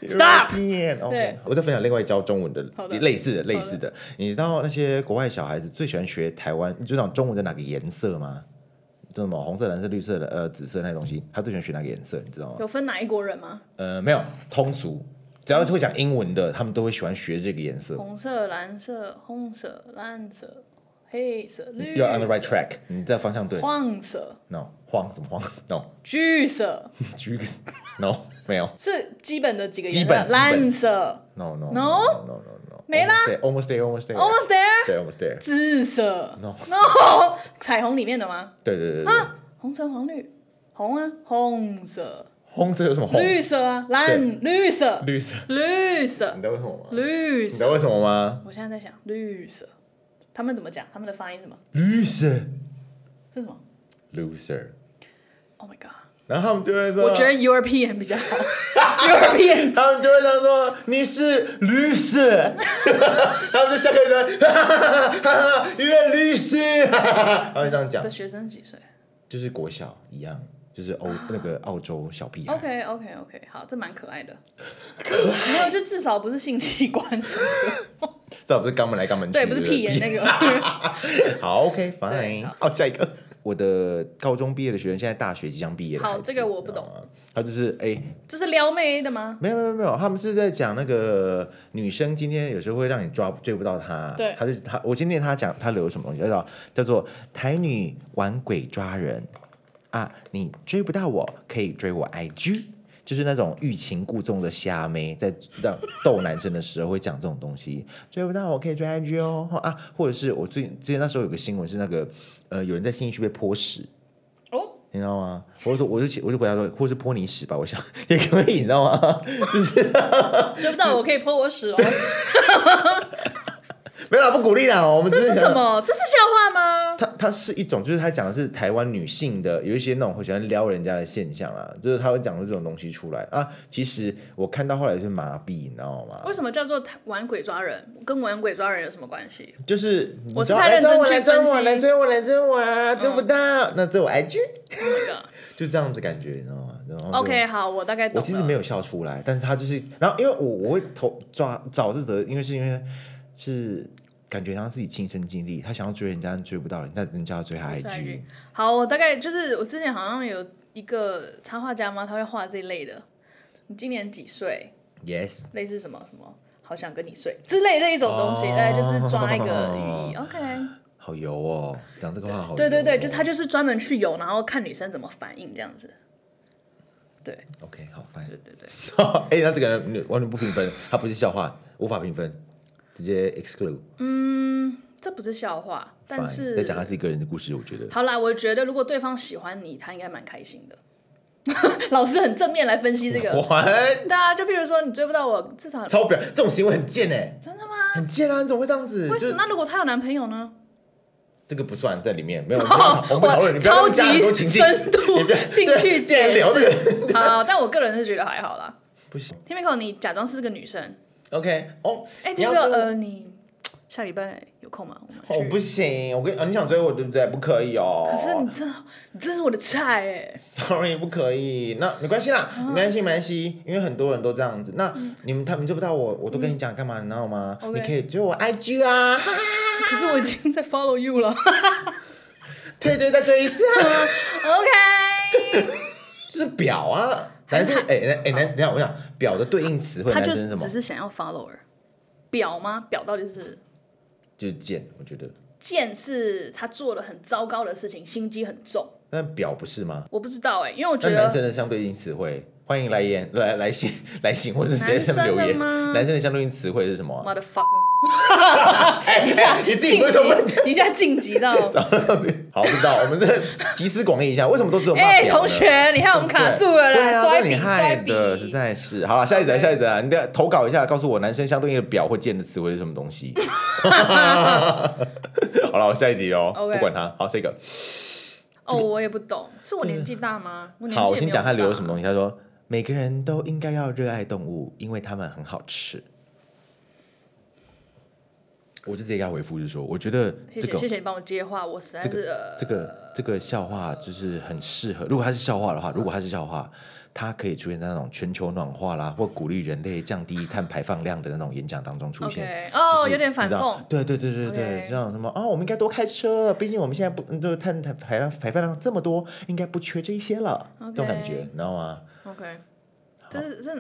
B: stop，
A: European，OK
B: 对
A: 我再分享另外一教中文的
B: 好的
A: 类似的类
B: 好的
A: 似的，你知道那些国外小孩子最喜欢学台湾，你知道中文的哪个颜色吗？就什么红色、蓝色、绿色的，呃，紫色那些东西，他最喜欢学哪个颜色，你知道吗？
B: 有分哪一国人吗？
A: 呃，没有通俗，只要是会讲英文的，他们都会喜欢学这个颜色。
B: 红色、蓝色、红色、蓝色、黑色、绿
A: You're on the right
B: 色、
A: track，你在方向对。
B: 黄色、
A: No，晃什么晃？No，
B: 橘色
A: 举个 No，没有
B: 是基本的几个
A: 基
B: 颜
A: 本
B: 色，
A: 基本
B: 蓝色
A: No No
B: No？
A: No No No，
B: 没啦
A: Almost there，Almost there，
B: ，almost there，
A: 对，Almost there。
B: 紫色
A: No
B: no，彩虹里面的吗？
A: 对对对对，对
B: 红橙黄绿，红啊，红色，
A: 红色有什么红？
B: 绿色啊，蓝绿色，
A: 绿色。
B: 绿色
A: 你，知道为什么吗？
B: 绿
A: 你知
B: 色，
A: 道为什么吗？
B: 我现在在想绿色，他们怎么讲？他们的发音是什么？
A: 绿色
B: 是什么
A: ，loser，
B: ？Oh my god！
A: 然后他们就会说，
B: 我觉得 European 比 较好，European
A: 他们就会这样说：“你是律师。” 他们就下课就会哈哈哈哈哈哈，因为律师，哈哈哈哈 他们这样讲
B: 的，学生几岁
A: 就是国小一样，就是欧那个澳洲小屁孩。
B: ？OK OK OK，好，这蛮可爱的。没有，就至少不是性器官什 么的，
A: 这不是肛门来肛门去，
B: 对，不是屁眼那个。
A: 好，OK
B: 对
A: fine
B: 好。
A: 好，下一个。我的高中毕业的学生，现在大学即将毕业的
B: 好
A: 孩子
B: 这个我不。
A: 你知道吗他就是哎、
B: 这是撩妹的吗？
A: 没有没有没有，他们是在讲那个女生今天有时候会让你抓追不到她，
B: 对
A: 她就她我今天她讲她留什么东西，叫做叫做台女玩鬼抓人啊，你追不到我可以追我 IG，就是那种欲擒故纵的虾妹，在让逗男生的时候会讲这种东西，追不到我可以追 IG 哦啊，或者是我最之前那时候有个新闻是那个呃有人在新义区被泼屎，
B: 哦，
A: 你知道吗？我就说，我就起我就回答说，或是泼你屎吧，我想也可以，你知道吗？就是
B: 追不到我可以泼我屎哦。
A: 没有啦，不鼓励啦，我们
B: 这
A: 只
B: 是
A: 讲
B: 什？么？这是笑话吗？
A: 它它是一种，就是他讲的是台湾女性的有一些那种会喜欢撩人家的现象啊，就是他会讲出这种东西出来啊。其实我看到后来是麻痹，你知道吗？
B: 为什么叫做玩鬼抓人？跟玩鬼抓人有什么关系？
A: 就是你
B: 我是
A: 知道，
B: 太
A: 来
B: 认
A: 追
B: 真
A: 我，来追我，
B: 去分析嗯
A: 来追我，来追我啊，追不到，那追我 IG，
B: Oh my god
A: 就这样子感觉，你知道吗？然后就
B: OK，好，我大概懂
A: 我
B: 了。
A: 其实没有笑出来，但是他就是，然后因为我我会投抓找这则，因为是因为是感觉他自己亲身经历，他想要追人家追不到人，但人家要追他
B: 我追
A: IG
B: IG。好，我大概就是我之前好像有一个插画家吗？他会画这一类的。你今年几岁？
A: Yes，
B: 类似什么什么？好想跟你睡之类这一种东西，
A: 哦
B: 大概就是抓一个 寓意。OK，
A: 好油哦，讲这个话好油哦、
B: 对对对，就是他就是专门去游，然后看女生怎么反应这样子。对
A: OK，好烦。
B: 对对对，
A: 哎、那这个人完全不评分，他不是笑话，无法评分，直接 exclude。
B: 这不是笑话，但
A: fine
B: 是
A: 在讲他自己个人的故事，我觉得
B: 好啦，我觉得如果对方喜欢你，他应该蛮开心的。 老师很正面来分析这个，
A: 还
B: 对啊，就比如说你追不到我，至少
A: 超表这种行为很贱哎、
B: 真的吗？
A: 很贱啊！你怎么会这样子？
B: 为什
A: 就
B: 么？
A: 是
B: 那如果她有男朋友呢？
A: 这个不算在里面， 没有，我们不要我们不讨论，你不要
B: 超
A: 加很多
B: 级
A: 情境，
B: 深度
A: 你不要
B: 进去
A: 对既然
B: 解
A: 聊这个。
B: 释。好，但我个人是觉得还好啦。
A: 不行。
B: Timiko，你假装是个女生，
A: OK，哦，
B: 哎，
A: 你
B: 这
A: 要
B: 个
A: 追我
B: 呃，你下礼拜有空吗？我
A: 哦
B: 们，
A: 不
B: 去。
A: 行，我跟啊，你想追我对不对？不可以哦。
B: 可是你真的，你真是我的菜哎！
A: ，sorry，不 可以。那没关系啦，
B: 嗯
A: 没关系，没关系，因为很多人都这样子。那你们他们追不到我，我都跟你讲干嘛，你知道吗？
B: OK
A: 你可以追我 IG 啊，哈哈
B: 可是我已经在 follow you 了。
A: 退追再追一次啊，
B: OK，
A: 就是表啊。男生哎哎哎，男等一下我想表的对应词汇，
B: 哦他
A: 男
B: 就
A: 生是什么
B: 只？是想要 follower。表吗？表到底是
A: 就是贱，我觉得。
B: 贱是他做了很糟糕的事情，心机很重。
A: 但表不是吗？
B: 我不知道哎，因为我觉
A: 那
B: 得
A: 男生的相对应词汇，欢迎来言来来信 来信，或者直接
B: 男生
A: 留言。
B: 的吗
A: 男生的相对应词汇是什么啊？
B: motherfucker，
A: 一哎你自己
B: 晋
A: 为什么不能
B: 级，你现在晋 级到。
A: 好，不知道，我们这集思广益一下，为什么都只有骂
B: 哎、
A: 婊呢
B: 同学，你看我们 卡住了
A: 对啊
B: 啦，摔
A: 那你
B: 笔摔
A: 害
B: 笔，
A: 的实在是。好了，下一则，下一则啊，你的投稿一下，告诉我男生相对应的表或贱的词汇是什么东 西。 好了，我下一题哦
B: OK
A: 不管他。好，这个
B: 哦，我也不懂，是我年纪大吗？我年纪
A: 好，我
B: 也
A: 先
B: 没有
A: 讲他留了什么
B: 大
A: 东西。他说，每个人都应该要热爱动物，因为它们很好吃。我就直接给他回复，就说我觉得
B: 谢
A: 这
B: 谢
A: 个
B: 谢谢你帮我接话，我实在
A: 这
B: 是、
A: 个
B: 呃
A: 这个这个笑话就是很适合，如果它是笑话的话，如果它是笑话，它可以出现在那种全球暖化啦，或鼓励人类降低碳排放量的那种演讲当中出现。
B: OK 哦，
A: 就是
B: 有点反
A: 你知道
B: 讽。
A: 对对对对对
B: OK，
A: 这样什么啊、我们应该多开车，毕竟我们现在不嗯就是碳碳排量排放量这么多，应该不缺这一些了这种感觉
B: OK
A: 你知道吗？
B: OK，这是这，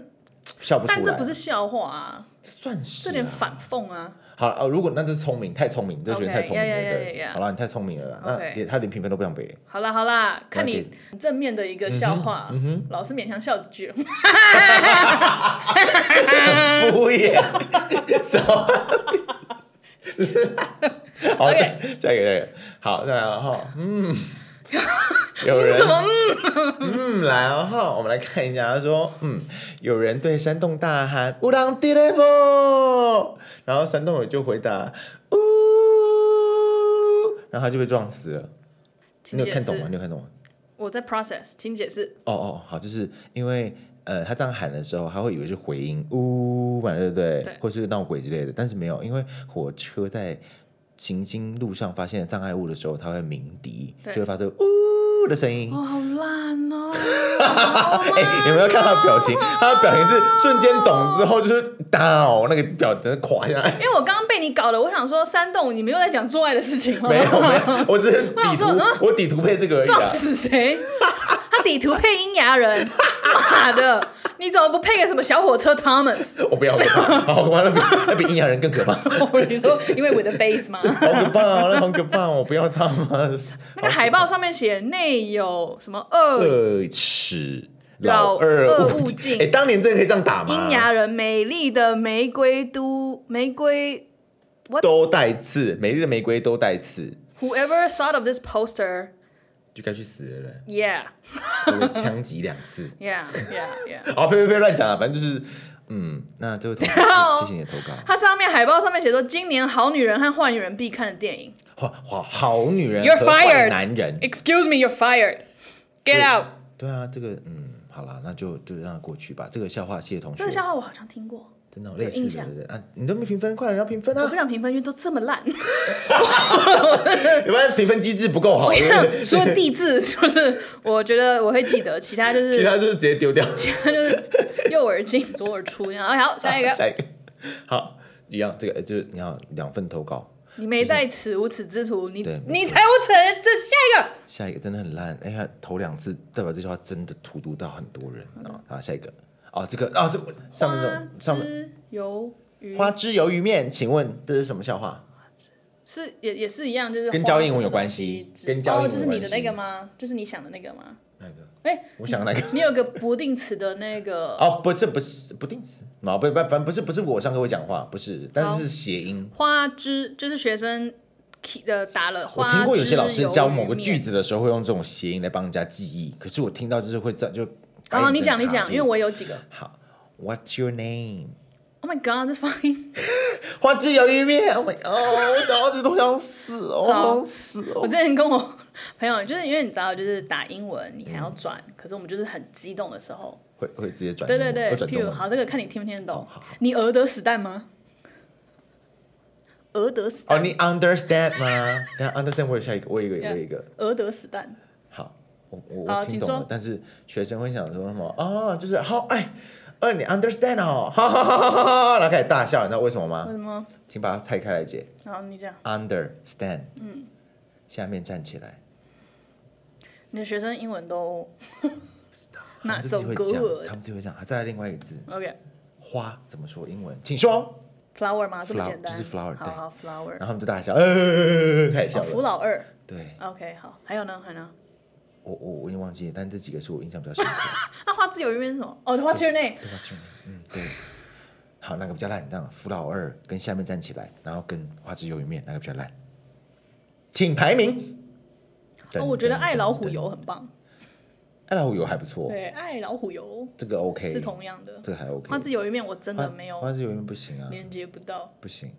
A: 笑不出来，
B: 但这不是笑话啊，
A: 算是、啊、
B: 这点反讽啊。
A: 好了、哦，如果那就是聪明，太聪明，这学生
B: OK，
A: 太聪明了
B: yeah，yeah，
A: 对
B: yeah，yeah，yeah
A: 好了，你太聪明了啦那
B: OK
A: 连他连评分都不想给。
B: 好啦好啦，看
A: 我要嗯
B: 你正面的一个笑话，老师勉强笑几句。
A: 敷 衍，什么好
B: OK
A: 下一个，下一个，好，再来哦，哈，嗯， 有人
B: 什么？嗯
A: 嗯来哦，哈，我们来看一下，他说，嗯，有人对山洞大喊“乌浪地雷波”，然后山洞友就回答“呜”，啊然后他就被撞死了。你有看懂吗？你有看懂吗？
B: 我在 process，请解释。
A: 哦哦，好，就是因为呃，他这样喊的时候，他会以为是回音，呜嘛，对不对？
B: 对
A: 或是闹鬼之类的，但是没有，因为火车在行经路上发现障碍物的时候，它会鸣笛，
B: 对
A: 就会发出呜的声音。
B: 哦，好烂哦！好
A: 哎、
B: 烂
A: 你们要看他的表情，他的表情是瞬间懂之后就是倒，那个表真的垮下来。
B: 因为我刚刚被你搞了，我想说山洞，你们又在讲做爱的事情吗？
A: 没有没有，我只是
B: 我想
A: 底图
B: 说嗯，
A: 我底图配这个而已、啊
B: 撞。死 谁？他底图配阴阳人，妈的！你怎么不配个什么小火车 Thomas？
A: 我不要，我不要，好可怕，那比那比阴阳人更可怕，好
B: 你说因为我的 face 吗？
A: 可怕、哦，那好可怕、哦，我不要他们。
B: 那个海报上面写内有什么恶
A: 二尺
B: 老
A: 二
B: 二
A: 物
B: 物
A: 竞
B: 竞
A: 哎、当年真的可以这样打吗？
B: 阴阳人、美丽的玫瑰都玫瑰。
A: 都带刺，美丽的玫瑰都带刺，
B: Whoever thought of this poster?
A: 就该去死了嘞
B: Yeah,
A: 我被枪击两次。
B: yeah, yeah, yeah.
A: 哦，呸呸呸，乱讲了，反正就是，嗯，那这位同学， 谢谢你的投稿。
B: 它上面海报上面写说，今年好女人和坏女人必看的电影。
A: 好好好女人
B: You're
A: 和坏
B: fired
A: 男人，
B: Excuse me, you're fired. Get out.
A: 对啊，这个嗯，好啦，那就就让它过去吧。这个笑话，谢谢同学
B: 这个，笑话我好像听过，
A: 真的有类似
B: 有印
A: 的，
B: 象
A: 对不对啊，你都没评分，快点要评分
B: 我
A: 啊
B: 不！想评分，因为都这么 烂。
A: 要不然评分机制不够好，因为
B: 除了地 质，就是我觉得我会记得，其他就
A: 其
B: 是
A: 他就是直接丢掉。
B: 其他 就是右耳进左耳出这样。哎
A: 啊
B: 好，下一个，
A: 下一个，好，一样，这个就是你要两份投稿，
B: 你没在此无耻之徒，你
A: 对
B: 你才无耻。这下一个，
A: 下一个真的很烂，哎呀，头两次代表这句话真的荼毒到很多人
B: 嗯
A: 啊。好，下一个，哦，这个啊、这个上面这
B: 花
A: 种上面
B: 枝鱿鱼
A: 花枝鱿鱼面，请问这是什么笑话？
B: 是也也是一样，就是
A: 跟
B: 花
A: 教英文
B: 什么
A: 有关
B: 东
A: 系
B: 西之
A: 跟教英
B: 哦，
A: 文
B: 就是
A: 有
B: 你
A: 关
B: 的
A: 系
B: 那个吗？就是你想的那个吗？
A: 哪一个？
B: 哎，
A: 我想 哪个？
B: 你有个不定词的那个
A: 哦，不是不是不定词，啊，不不反正不是不是我上课会讲话，不是，但
B: 好
A: 是是谐音。
B: 花枝，就是学生 key- 呃打了
A: 我
B: 花枝。哦
A: 听过有些老师教某个句。子的时候会用这种谐音来帮人家记忆，可是我听到就是会这样就。
B: 然哦后你讲你
A: 卡
B: 讲，
A: 住
B: 因为我有几个。
A: 好，What's your name？
B: Oh my god，这发音！
A: 花枝鱿鱼面，Oh my god！我讲到这都想死哦，我
B: 好
A: 想死
B: 我
A: 哦。
B: 之前跟我朋友，就是因为你知道，就是打英文你还
A: 嗯
B: 要转，可是我们就是很激动的时候，
A: 会会直接转
B: 对
A: 中
B: 对
A: 文，
B: 对
A: 会，嗯转
B: 譬
A: 中
B: 如
A: 文。
B: 好，这个看你听不听得懂。你俄德死蛋吗？俄德死
A: 哦，
B: 蛋，
A: 你 understand 吗？等下 understand，我有下一个，我有一个，我有一个。
B: 俄德死蛋，
A: 好，我我
B: 好
A: 我听
B: 请
A: 懂了
B: 说，
A: 但是学生会想说什么？哦，就是好哎，呃，你 understand 哦， 哈哈哈哈哈哈，然后开始大笑，你知道为什么
B: 为
A: 吗？
B: 什么？
A: 请把它拆开来解
B: 然后你讲，
A: ，understand，嗯，下面站起来，
B: 你的学生英文都
A: 他们
B: Not
A: 自己
B: so
A: 会讲，
B: good
A: 他们自己会讲，还再来另外一个字，
B: OK，flower
A: 花怎么说英文？请说。
B: 吗？这么
A: Flower，
B: 简单，
A: 就是 flower，对
B: 好好，flower
A: 然。后他们就大笑，呃，开始笑
B: 哦扶
A: 了。
B: 老二
A: 对，
B: ，OK，好，还有呢，还有呢。
A: 我我我已经忘记了，但这几个是我印象比较深刻的。
B: 那啊花枝鱿鱼面是什么？哦，花枝鱿鱼面
A: 对吧？去年，嗯，对。好，哪个比较烂？这样，扶老二跟下面站起来，然后跟花枝鱿鱼面，哪个比较烂？请排名。
B: 哦，我觉得爱老虎油
A: 噔，噔
B: 很棒。
A: 爱老虎油还不错，
B: 对，爱老虎油
A: 这个 OK，
B: 是同样的。
A: 这个还 OK。
B: 花枝鱿鱼面我真
A: 花
B: 的没
A: 花
B: 有
A: 枝鱿鱼面不行啊，
B: 连接不到，
A: 不行。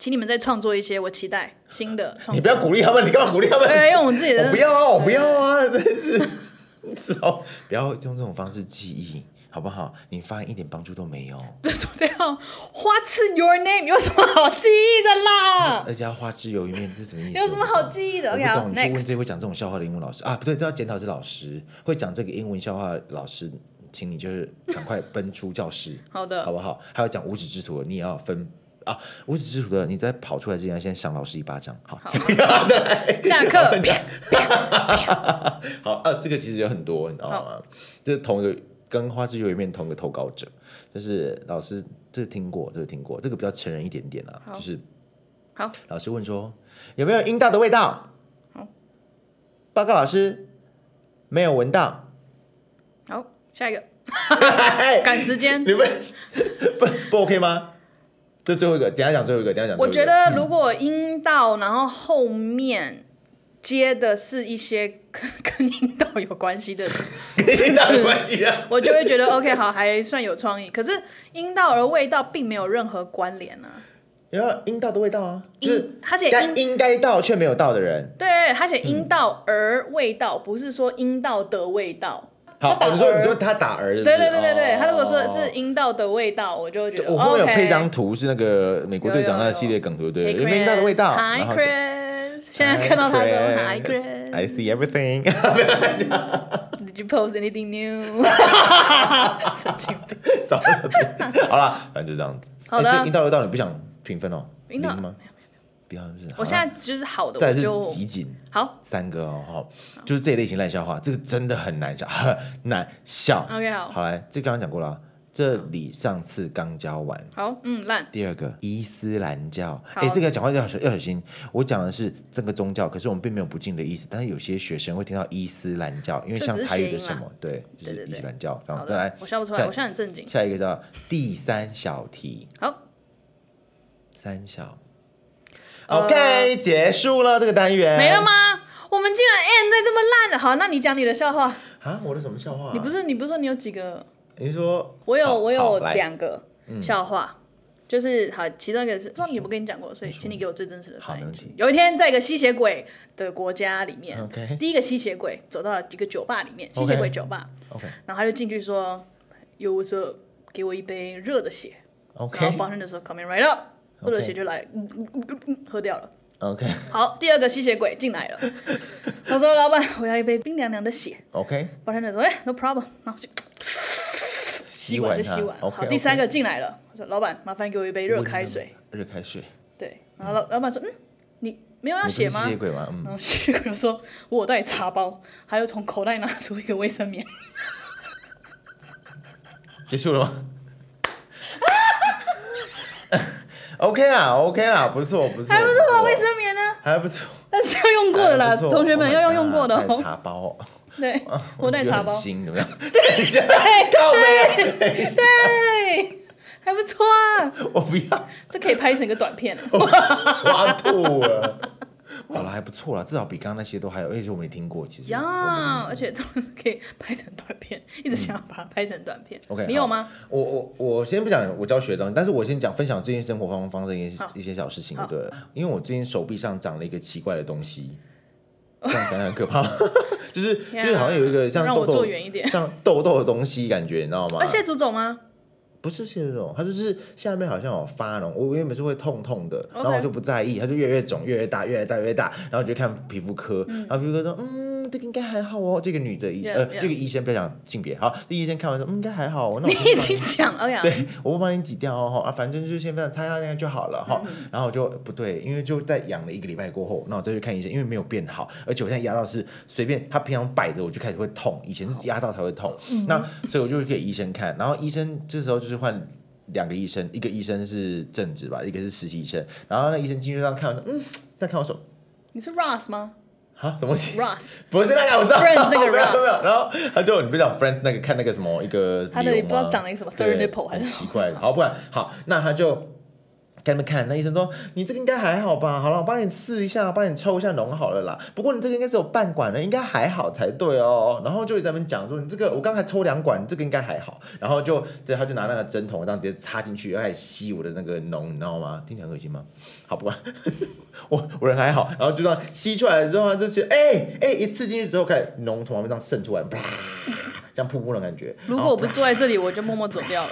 B: 请你们再创作一些，我期待新的创作。
A: 你不要鼓励他们，你干嘛鼓励他们？
B: 对，用我们自己的。
A: 我不要啊，我不要啊，
B: 哎
A: 真是， 好，不要用这种方式记忆，好不好？你发现一点帮助都没有，
B: 对。对对啊，花痴 your name 有什么好记忆的啦？
A: 而且要花枝鱿鱼面，这是什么意思？
B: 有什么好记忆的
A: 我
B: ？OK，
A: 不
B: 好
A: 懂，你去问这
B: ，next。
A: 些会讲这种笑话的英文老师啊，不对，都要检讨是老师会讲这个英文笑话的老师，请你就是赶快奔出教室，
B: 好的
A: 好不好？还有讲无耻之徒的，你也要分啊，无耻之徒的，你在跑出来之前要先赏老师一巴掌，好，
B: 下课。
A: 好，呃、这个其实有很多，你知道吗？这是同一个跟花枝鱿鱼面同一个投稿者，就是老师，这个听过，这个听过，这个比较成人一点点啊，
B: 好
A: 就是
B: 好，
A: 老师问说有没有阴道的味道？
B: 好，
A: 报告老师，没有闻到。
B: 好，下一个。赶时间。
A: 你们不不 OK 吗？这最后一个，等一下讲最后一个，等一下讲最
B: 我
A: 后一个。
B: 觉得如果阴道，然后后面接的是一些跟 跟阴道有关系的，
A: 跟心脏有关系啊。
B: 我就会觉得 OK，好，还算有创意。可是阴道而味道并没有任何关联啊。
A: 然后应到的味道啊，就是
B: 应他写
A: 该
B: 应
A: 应该到却没有到的人。
B: 对，他
A: 嗯
B: 写阴道而味道，不是说阴道的味道。
A: 好，
B: 他打
A: 哦你说
B: 儿
A: 你说他打儿是不是，
B: 对对对对对，
A: 哦
B: 他如果说是阴道的味道，我就会觉得
A: 我后面有
B: OK
A: 配张图是那个美国队
B: 有
A: 长
B: 有
A: 那个系列梗图，对不对？有没有到的味道，然
B: Hi
A: 后
B: Chris，现在看到他都 Hi
A: Chris, I
B: Chris，Did
A: see everything，
B: you post anything new？神经病，
A: 少了点好了，反正就这样子。
B: 好的
A: 哎这一到味道你不想评分哦？
B: 引导
A: 零吗？不要，就是
B: 我现在就是好的，
A: 再
B: 我
A: 来是
B: 就
A: 集锦。
B: 好。
A: 三个哦，好，就是这一类型烂笑话，这个真的很难笑， 很难笑。
B: OK，好
A: 好来，这刚刚讲过了啊，这里上次刚教完。
B: 好，嗯，烂，
A: 第二个伊斯兰教，
B: 好
A: 哎、这个讲话要小要小心。我讲的是这个宗教，可是我们并没有不敬的意思。但是有些学生会听到伊斯兰教，因为
B: 就
A: 像
B: 只是
A: 台
B: 谐
A: 语的
B: 音
A: 什
B: 啦
A: 么，对，就
B: 对对
A: 是伊
B: 对
A: 斯兰教。然
B: 好
A: 后再来
B: 的，我笑不出
A: 下
B: 来，我现在很震惊。
A: 下一个叫第三小题，
B: 好，
A: 三小。
B: 呃
A: OK，、结束了这个单元，
B: 没了？吗？我们竟然 end 在这么烂的，好，那你讲你的笑话。
A: 啊，我的什么笑话、啊？
B: 你不是你不是说你有几个？
A: 你说
B: 我有
A: 好
B: 我
A: 好
B: 有
A: 来嗯
B: 两个笑话，就是好，其中一个是不知道你有没有跟你讲过，所以请你给我最真实的
A: 嗯好
B: 反
A: 没
B: 应
A: 问题。
B: 有一天，在一个吸血鬼的国家里面
A: OK
B: 第一个吸血鬼走到一个酒吧里面，
A: 嗯
B: 吸
A: OK
B: 血鬼酒吧
A: OK
B: 然后他就进去说：“Yo, what's up？给我一杯热的血。然
A: OK
B: 后保生就说：“Coming right up。”热的
A: OK
B: 血就来，嗯嗯嗯嗯嗯喝掉了。
A: OK
B: 好，第二个吸血鬼进来了，他说：“老板，我要一杯冰凉凉的血。
A: OK，”
B: 保生就说：“哎、n o problem。”然后就
A: 洗
B: 碗
A: 碗啊
B: 就洗碗。
A: OK，
B: 好，第三个进来了，我说老板，麻烦给我一杯热开水。，
A: 温的热开水。
B: 对，然后老老板说，嗯，你没有要
A: 你不
B: 写
A: 是
B: 吗
A: 吸？血鬼吗？嗯
B: 然，后吸血鬼说，我有带茶包，还有从口袋拿出一个卫生棉。嗯
A: 结束了吗 ？OK 啦，OK 啦，不错，不错，
B: 还不是我卫
A: 错
B: 生棉呢，
A: 还不错，
B: 但是要用过的啦，
A: 还不错
B: 同学们
A: Oh my
B: 要用用过的
A: God，带
B: 哦。
A: 茶包哦，
B: 对，我带
A: 觉得
B: 茶
A: 很
B: 包。
A: 新怎么样？对， 靠背，啊
B: 对，还不错啊，
A: 我不要，
B: 这可以拍成一个短片啊。
A: 哦我要吐了。 好了，还不错了，至少比刚刚那些都还有，而且我没听过，其实。
B: 呀，而且都可以拍成短片，一直想要把它拍成短片。
A: OK，
B: 你有
A: 好
B: 吗？
A: 我我我先不讲我教学的东西，但是我先讲分享最近生活方方式一些
B: 好
A: 一些小事情就
B: 好
A: 对了。因为我最近手臂上长了一个奇怪的东西，这样讲很可怕， 就是就是好像有一个像
B: 让
A: 痘
B: 我
A: 痘
B: 坐远一点
A: 像痘痘的东西感觉，你知道吗
B: 啊，？谢祖总吗？
A: 不是蟹肉，它就是下面好像有发脓，我原本是会痛痛的，然后
B: OK
A: 我就不在意，它就越来越肿，越来越大，越来越大，越来越大，然后就去看皮肤科，然后皮肤科说，嗯，这个应该还好哦，这个女的医
B: Yeah,
A: 呃，
B: yeah.
A: 这个医生不要讲性别，好，这医生看完说，嗯，应该还好哦，那
B: 你
A: 我
B: 已
A: 帮
B: 经讲了呀。
A: 对， 我不帮你挤掉哦，哈啊，反正就是先这样擦一下那个就好了哈。然后我就不对，因为就在养了一个礼拜过后，那我再去看医生，因为没有变好，而且我现在压到是随便，他平常摆着我就开始会痛，以前是压到才会痛。那所以我就给医生看，然后医生这时候就是换。两个医生，一个医生是正职吧，一个是实习医生。然后那医生进去让看，嗯，再看我手，
B: 你是 Ross 吗
A: 啊，什么东西？
B: ？Ross，
A: 不是那个，我知道
B: Friends 那 个
A: 没有
B: Ross
A: 没有。然后他就你不讲 Friends 那个看那个什么一个
B: 他的
A: 理由
B: 不知道
A: 吗
B: 长了一个什么
A: 对
B: third nipple 还是
A: 很
B: 什
A: 奇
B: 么
A: 怪的。好，不然好，那他就。给你们看，那医生说你这个应该还好吧？好了，我帮你刺一下，帮你抽一下脓好了啦。不过你这个应该是有半管的，应该还好才对哦。然后就在那边讲说你这个我刚才抽两管，你这个应该还好。然后就对，他就拿那个针筒这样直接插进去，然后开始吸我的那个脓，你知道吗？听起来很恶心吗？好，不管 我我人还好，然后就这样吸出来之后，他就觉得哎哎、一刺进去之后，开始脓从旁边这样渗出来， 啪，像瀑布那种感觉。
B: 如果我不坐在这里，我就默默走掉了。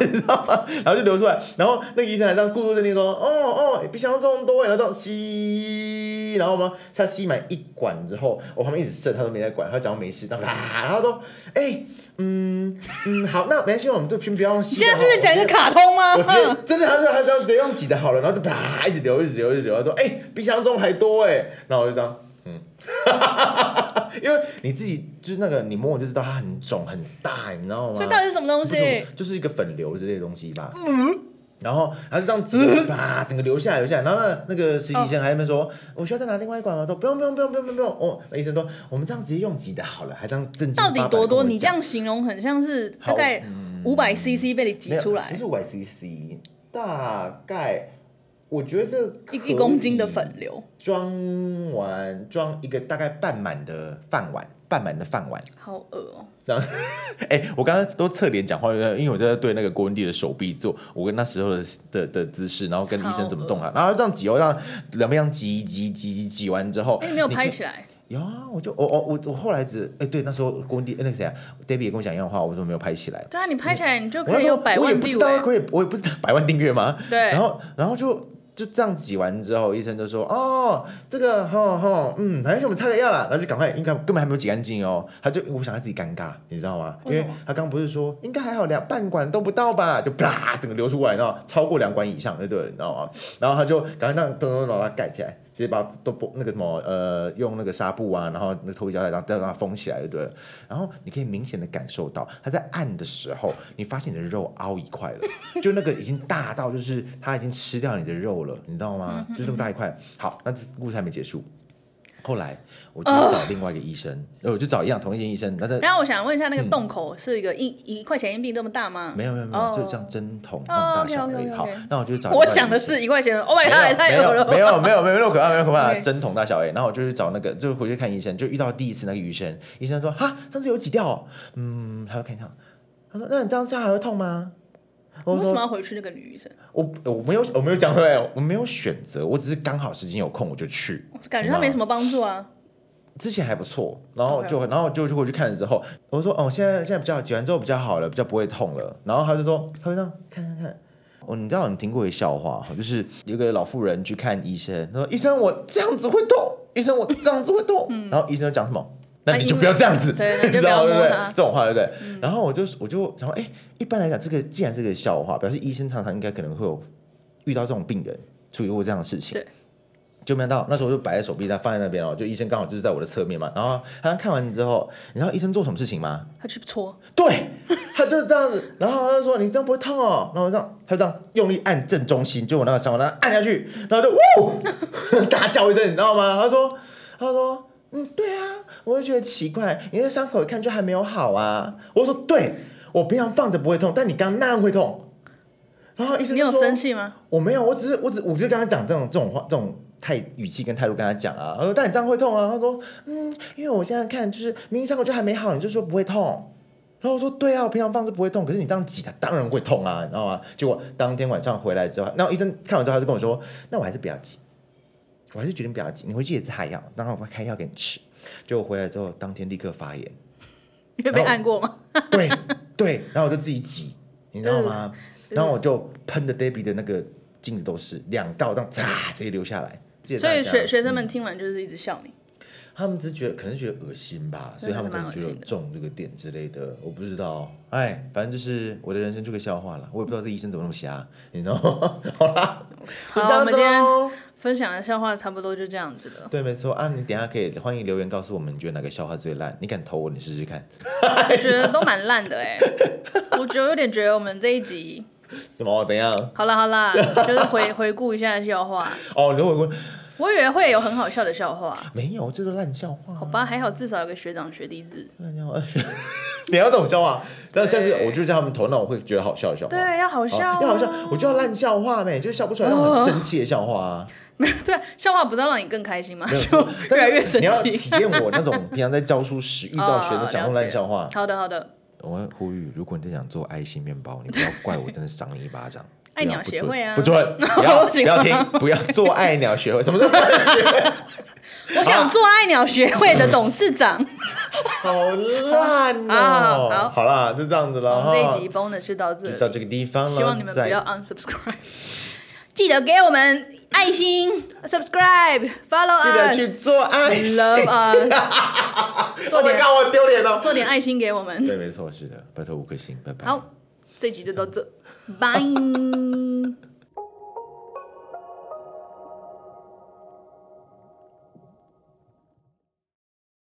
A: 知道吗？ 然后就流出来，然后那个医生还这样故作镇定说：“哦哦，比想象中多。”然后这样吸，然后嘛，他吸满一管之后，我旁边一直射，他都没在管，他讲没事，然后啪，然后都哎、嗯嗯，好，那没关系，我们就先不要用吸
B: 你
A: 的
B: 现
A: 好
B: 在
A: 了。
B: 是在讲一个卡通吗？
A: 我直接
B: 哼
A: 真的，他说他这样直接用挤的好了，然后就啪一直流，一直流，一直流，他说哎、比想象中还多哎，然后我就这样，嗯， 因为你自己就是那个你摸我就知道它很肿很大，你知道吗？
B: 所以到底是什么东
A: 不是
B: 西
A: 我？就是一个粉瘤之类的东西吧。然后他就这样子啪，整个流下来流下来，然后那那个实习生还在那边说，哦我需要再拿另外一管吗？都不用不用不用不用不用不用。哦，那医生说我们这样直接用挤的好了，还这样正经
B: 到
A: 八百
B: 底
A: 地
B: 多
A: 跟
B: 多？
A: 我
B: 你这
A: 讲
B: 样形容很像是大概五百 CC 被你挤
A: 嗯没有
B: 出
A: 不
B: 来
A: 是，五 CC，大概我觉得
B: 一
A: 可
B: 一公斤的
A: 以
B: 粉瘤，
A: 装完装一个大概半满的饭碗，半满的饭碗。
B: 好恶哦、
A: 哎、我刚刚都侧脸讲话，因为我在对那个郭文帝的手臂做我跟那时候的的的姿势，然后跟医生怎么动啊，然后这样挤哦，让两边这样挤挤挤挤挤完之后，
B: 哎、你没有
A: 可以
B: 拍起来，
A: 有啊，我就我我我我后来只哎、对，那时候郭文帝、哎那个谁啊，Debbie 也跟我讲一样的话，我怎么没有拍起来？
B: 对啊，你拍起来你就
A: 我那
B: 可以
A: 时
B: 有
A: 候
B: 百
A: 我也
B: 万
A: 不知
B: view，、
A: 道
B: 欸、
A: 可以，我也不知道百万订阅吗？
B: 对
A: 然后然后就就这样挤完之后，医生就说：“哦，这个吼吼，嗯，还是我们擦个药啦。”然后就赶快，应该根本还没有挤干净哦。他就我想他自己尴尬，你知道吗？因
B: 为什
A: 为
B: 么
A: 他刚不是说应该还好，两半管都不到吧，就啪整个流出来，然后超过两管以上，对对了，你知道吗？然后他就赶快这样噔噔噔把它盖起来，直接把都不那个什么呃，用那个纱布啊，然后那个透皮胶带，然后再让它封起来，对对了。然后你可以明显的感受到，它在按的时候，你发现你的肉凹一块了， 就那个已经大到就是它已经吃掉你的肉了，你知道
B: 嗯
A: 吗？就这么大一块。好，那这故事还没结束。后来我就找另外一个医生，呃我就找一样同一间医生，那他
B: 然后我想问一哦下，那个洞口是一个一、一块钱硬币这么大吗？
A: 嗯没有没有没
B: 哦
A: 有，就像针筒那种大小而已。
B: 哦
A: 好
B: ，OK，OK，OK，OK，
A: 那我就找另外
B: 我
A: 一个
B: 想的
A: 医生
B: 是一块钱，Oh my
A: 没
B: god，也太
A: 有
B: 恶了吧，
A: 没 有没有没有没有那么可怕，没有那么可怕，
B: OK
A: 针筒大小哎、然后我就去找那个，就回去看医生，就遇到第一次那个医生，医生说哈，上次有挤掉、哦，嗯，他会看一下，他说那你这样下还会痛吗？
B: 我
A: 我
B: 为什
A: 说
B: 么要回去那个女医生？
A: 我我没有我没有讲对，我没有选择，我只是刚好时间有空我就去，
B: 感觉她没什么帮助啊。
A: 之前还不错，然后就然后就就过去看了之后，我说哦，现在现在比较挤完之后比较好了，比较不会痛了。然后他就说，他会这样看看看。哦，你知道你听过一个笑话，就是有一个老妇人去看医生，她说医生我这样子会痛，医生我这样子会痛，然后医生就讲什么，那你就不要这样子，
B: 哎对那
A: 你
B: 你
A: 知
B: 就不要
A: 道对不
B: 摸
A: 对
B: 它？嗯
A: 这种话对不对？然后我就我就想说，哎，一般来讲，这个既然这个笑话，表示医生常常应该可能会有遇到这种病人处理过这样的事情
B: 对。
A: 就没想到那时候我就摆在手臂，在放在那边哦，就医生刚好就是在我的侧面嘛。然后他看完之后，你知道医生做什么事情吗？
B: 她去搓，
A: 对，他就是这样子，然后他就说你这样不会痛哦，然后我这样，他就这样用力按正中心，就我那个伤口，然后按下去，然后就呜 大叫一声，你知道吗？他说，他说，嗯，对啊，我就觉得奇怪，你那伤口一看就还没有好啊。我说对，我平常放着不会痛，但你刚刚那样会痛。然后医生
B: 你
A: 就
B: 有
A: 说
B: 生气吗？
A: 我没有，我只是我只我就跟他讲这种这种话这种。态语气跟态度跟他讲啊，他说但你这样会痛啊，他说嗯，因为我现在看就是明明伤口就还没好，你就说不会痛，然后我说对啊，我平常放是不会痛，可是你这样挤它当然会痛啊，你知道吗？结果当天晚上回来之后，然后医生看完之后他就跟我说，那我还是不要挤，我还是决定不要挤，你回去也擦药，然后我开药给你吃，结果回来之后当天立刻发炎，
B: 你有被按过吗？
A: 对对，然后我就自己挤，你知道吗？
B: 嗯
A: 然后我就喷的 Debbie 的那个镜子都是两道，这样嚓直接流下来。借
B: 所以
A: 大家嗯
B: 学学生们听完就是一直笑你，
A: 他们只是觉得可能觉得恶心吧，所以他们可能觉得有中这个点之类的，我不知道。哎，反正就是我的人生就个笑话了，我也不知道这医生怎么那么瞎，你知道吗？ 好啦，就这
B: 好我
A: 样
B: 们
A: 子
B: 今天
A: 喽。
B: 分享的笑话差不多就这样子了。
A: 对，没错啊，你等一下可以欢迎留言告诉我们，你觉得哪个笑话最烂？你敢投我，你试试看。
B: 我觉得都蛮烂的 哎、我觉得有点觉得我们这一集，
A: 什么？等一下
B: 好啦好啦，就是回回顾一下笑话。
A: 哦，刘伟坤
B: 我以为会有很好笑的笑话，
A: 没有，这个烂笑话。啊
B: 好吧，还好至少有个学长学弟制。
A: 那要 你要懂笑话，但下次
B: 对
A: 我就叫他们投，那我会觉得好笑的笑话。
B: 对，要好
A: 好
B: 笑、哦啊
A: 哦要好笑， 我就要烂笑话呗，就是笑不出来，让我很生气的笑话啊。
B: 对，笑话不是要让你更开心吗？
A: 没有
B: 就越来越生
A: 你要
B: 气。
A: 体验我那种平常在教书时遇到学生讲那种烂笑
B: 哦
A: 话
B: 了解。好的，好的。
A: 我会呼吁，如果你在想做爱心面包，你不要怪我，真的赏你一巴掌。
B: 爱鸟
A: 不要
B: 协会啊
A: 不准， 不要
B: 不
A: 不
B: 行
A: 要
B: 吗
A: 听，不要做爱鸟协会，什么叫做爱鸟协会？
B: 我想做爱鸟学会的董事 长。
A: 好烂
B: 好好啊好
A: 哦！好啦，就这样子
B: 我
A: 了
B: 们
A: 哈。
B: 这一集 bonus 就到这
A: 就到这
B: 里，
A: 个地方了，
B: 希望你们不
A: 再
B: 要 unsubscribe，记 得给我们爱心，subscribe，follow
A: 记得去
B: us，love
A: 做爱心。
B: us，做
A: Oh my
B: 点
A: god，我很丢脸哦。
B: 做点爱心给我们。
A: 对， 没错，是的，拜托五颗星，拜拜。
B: 好，这集就到这，拜。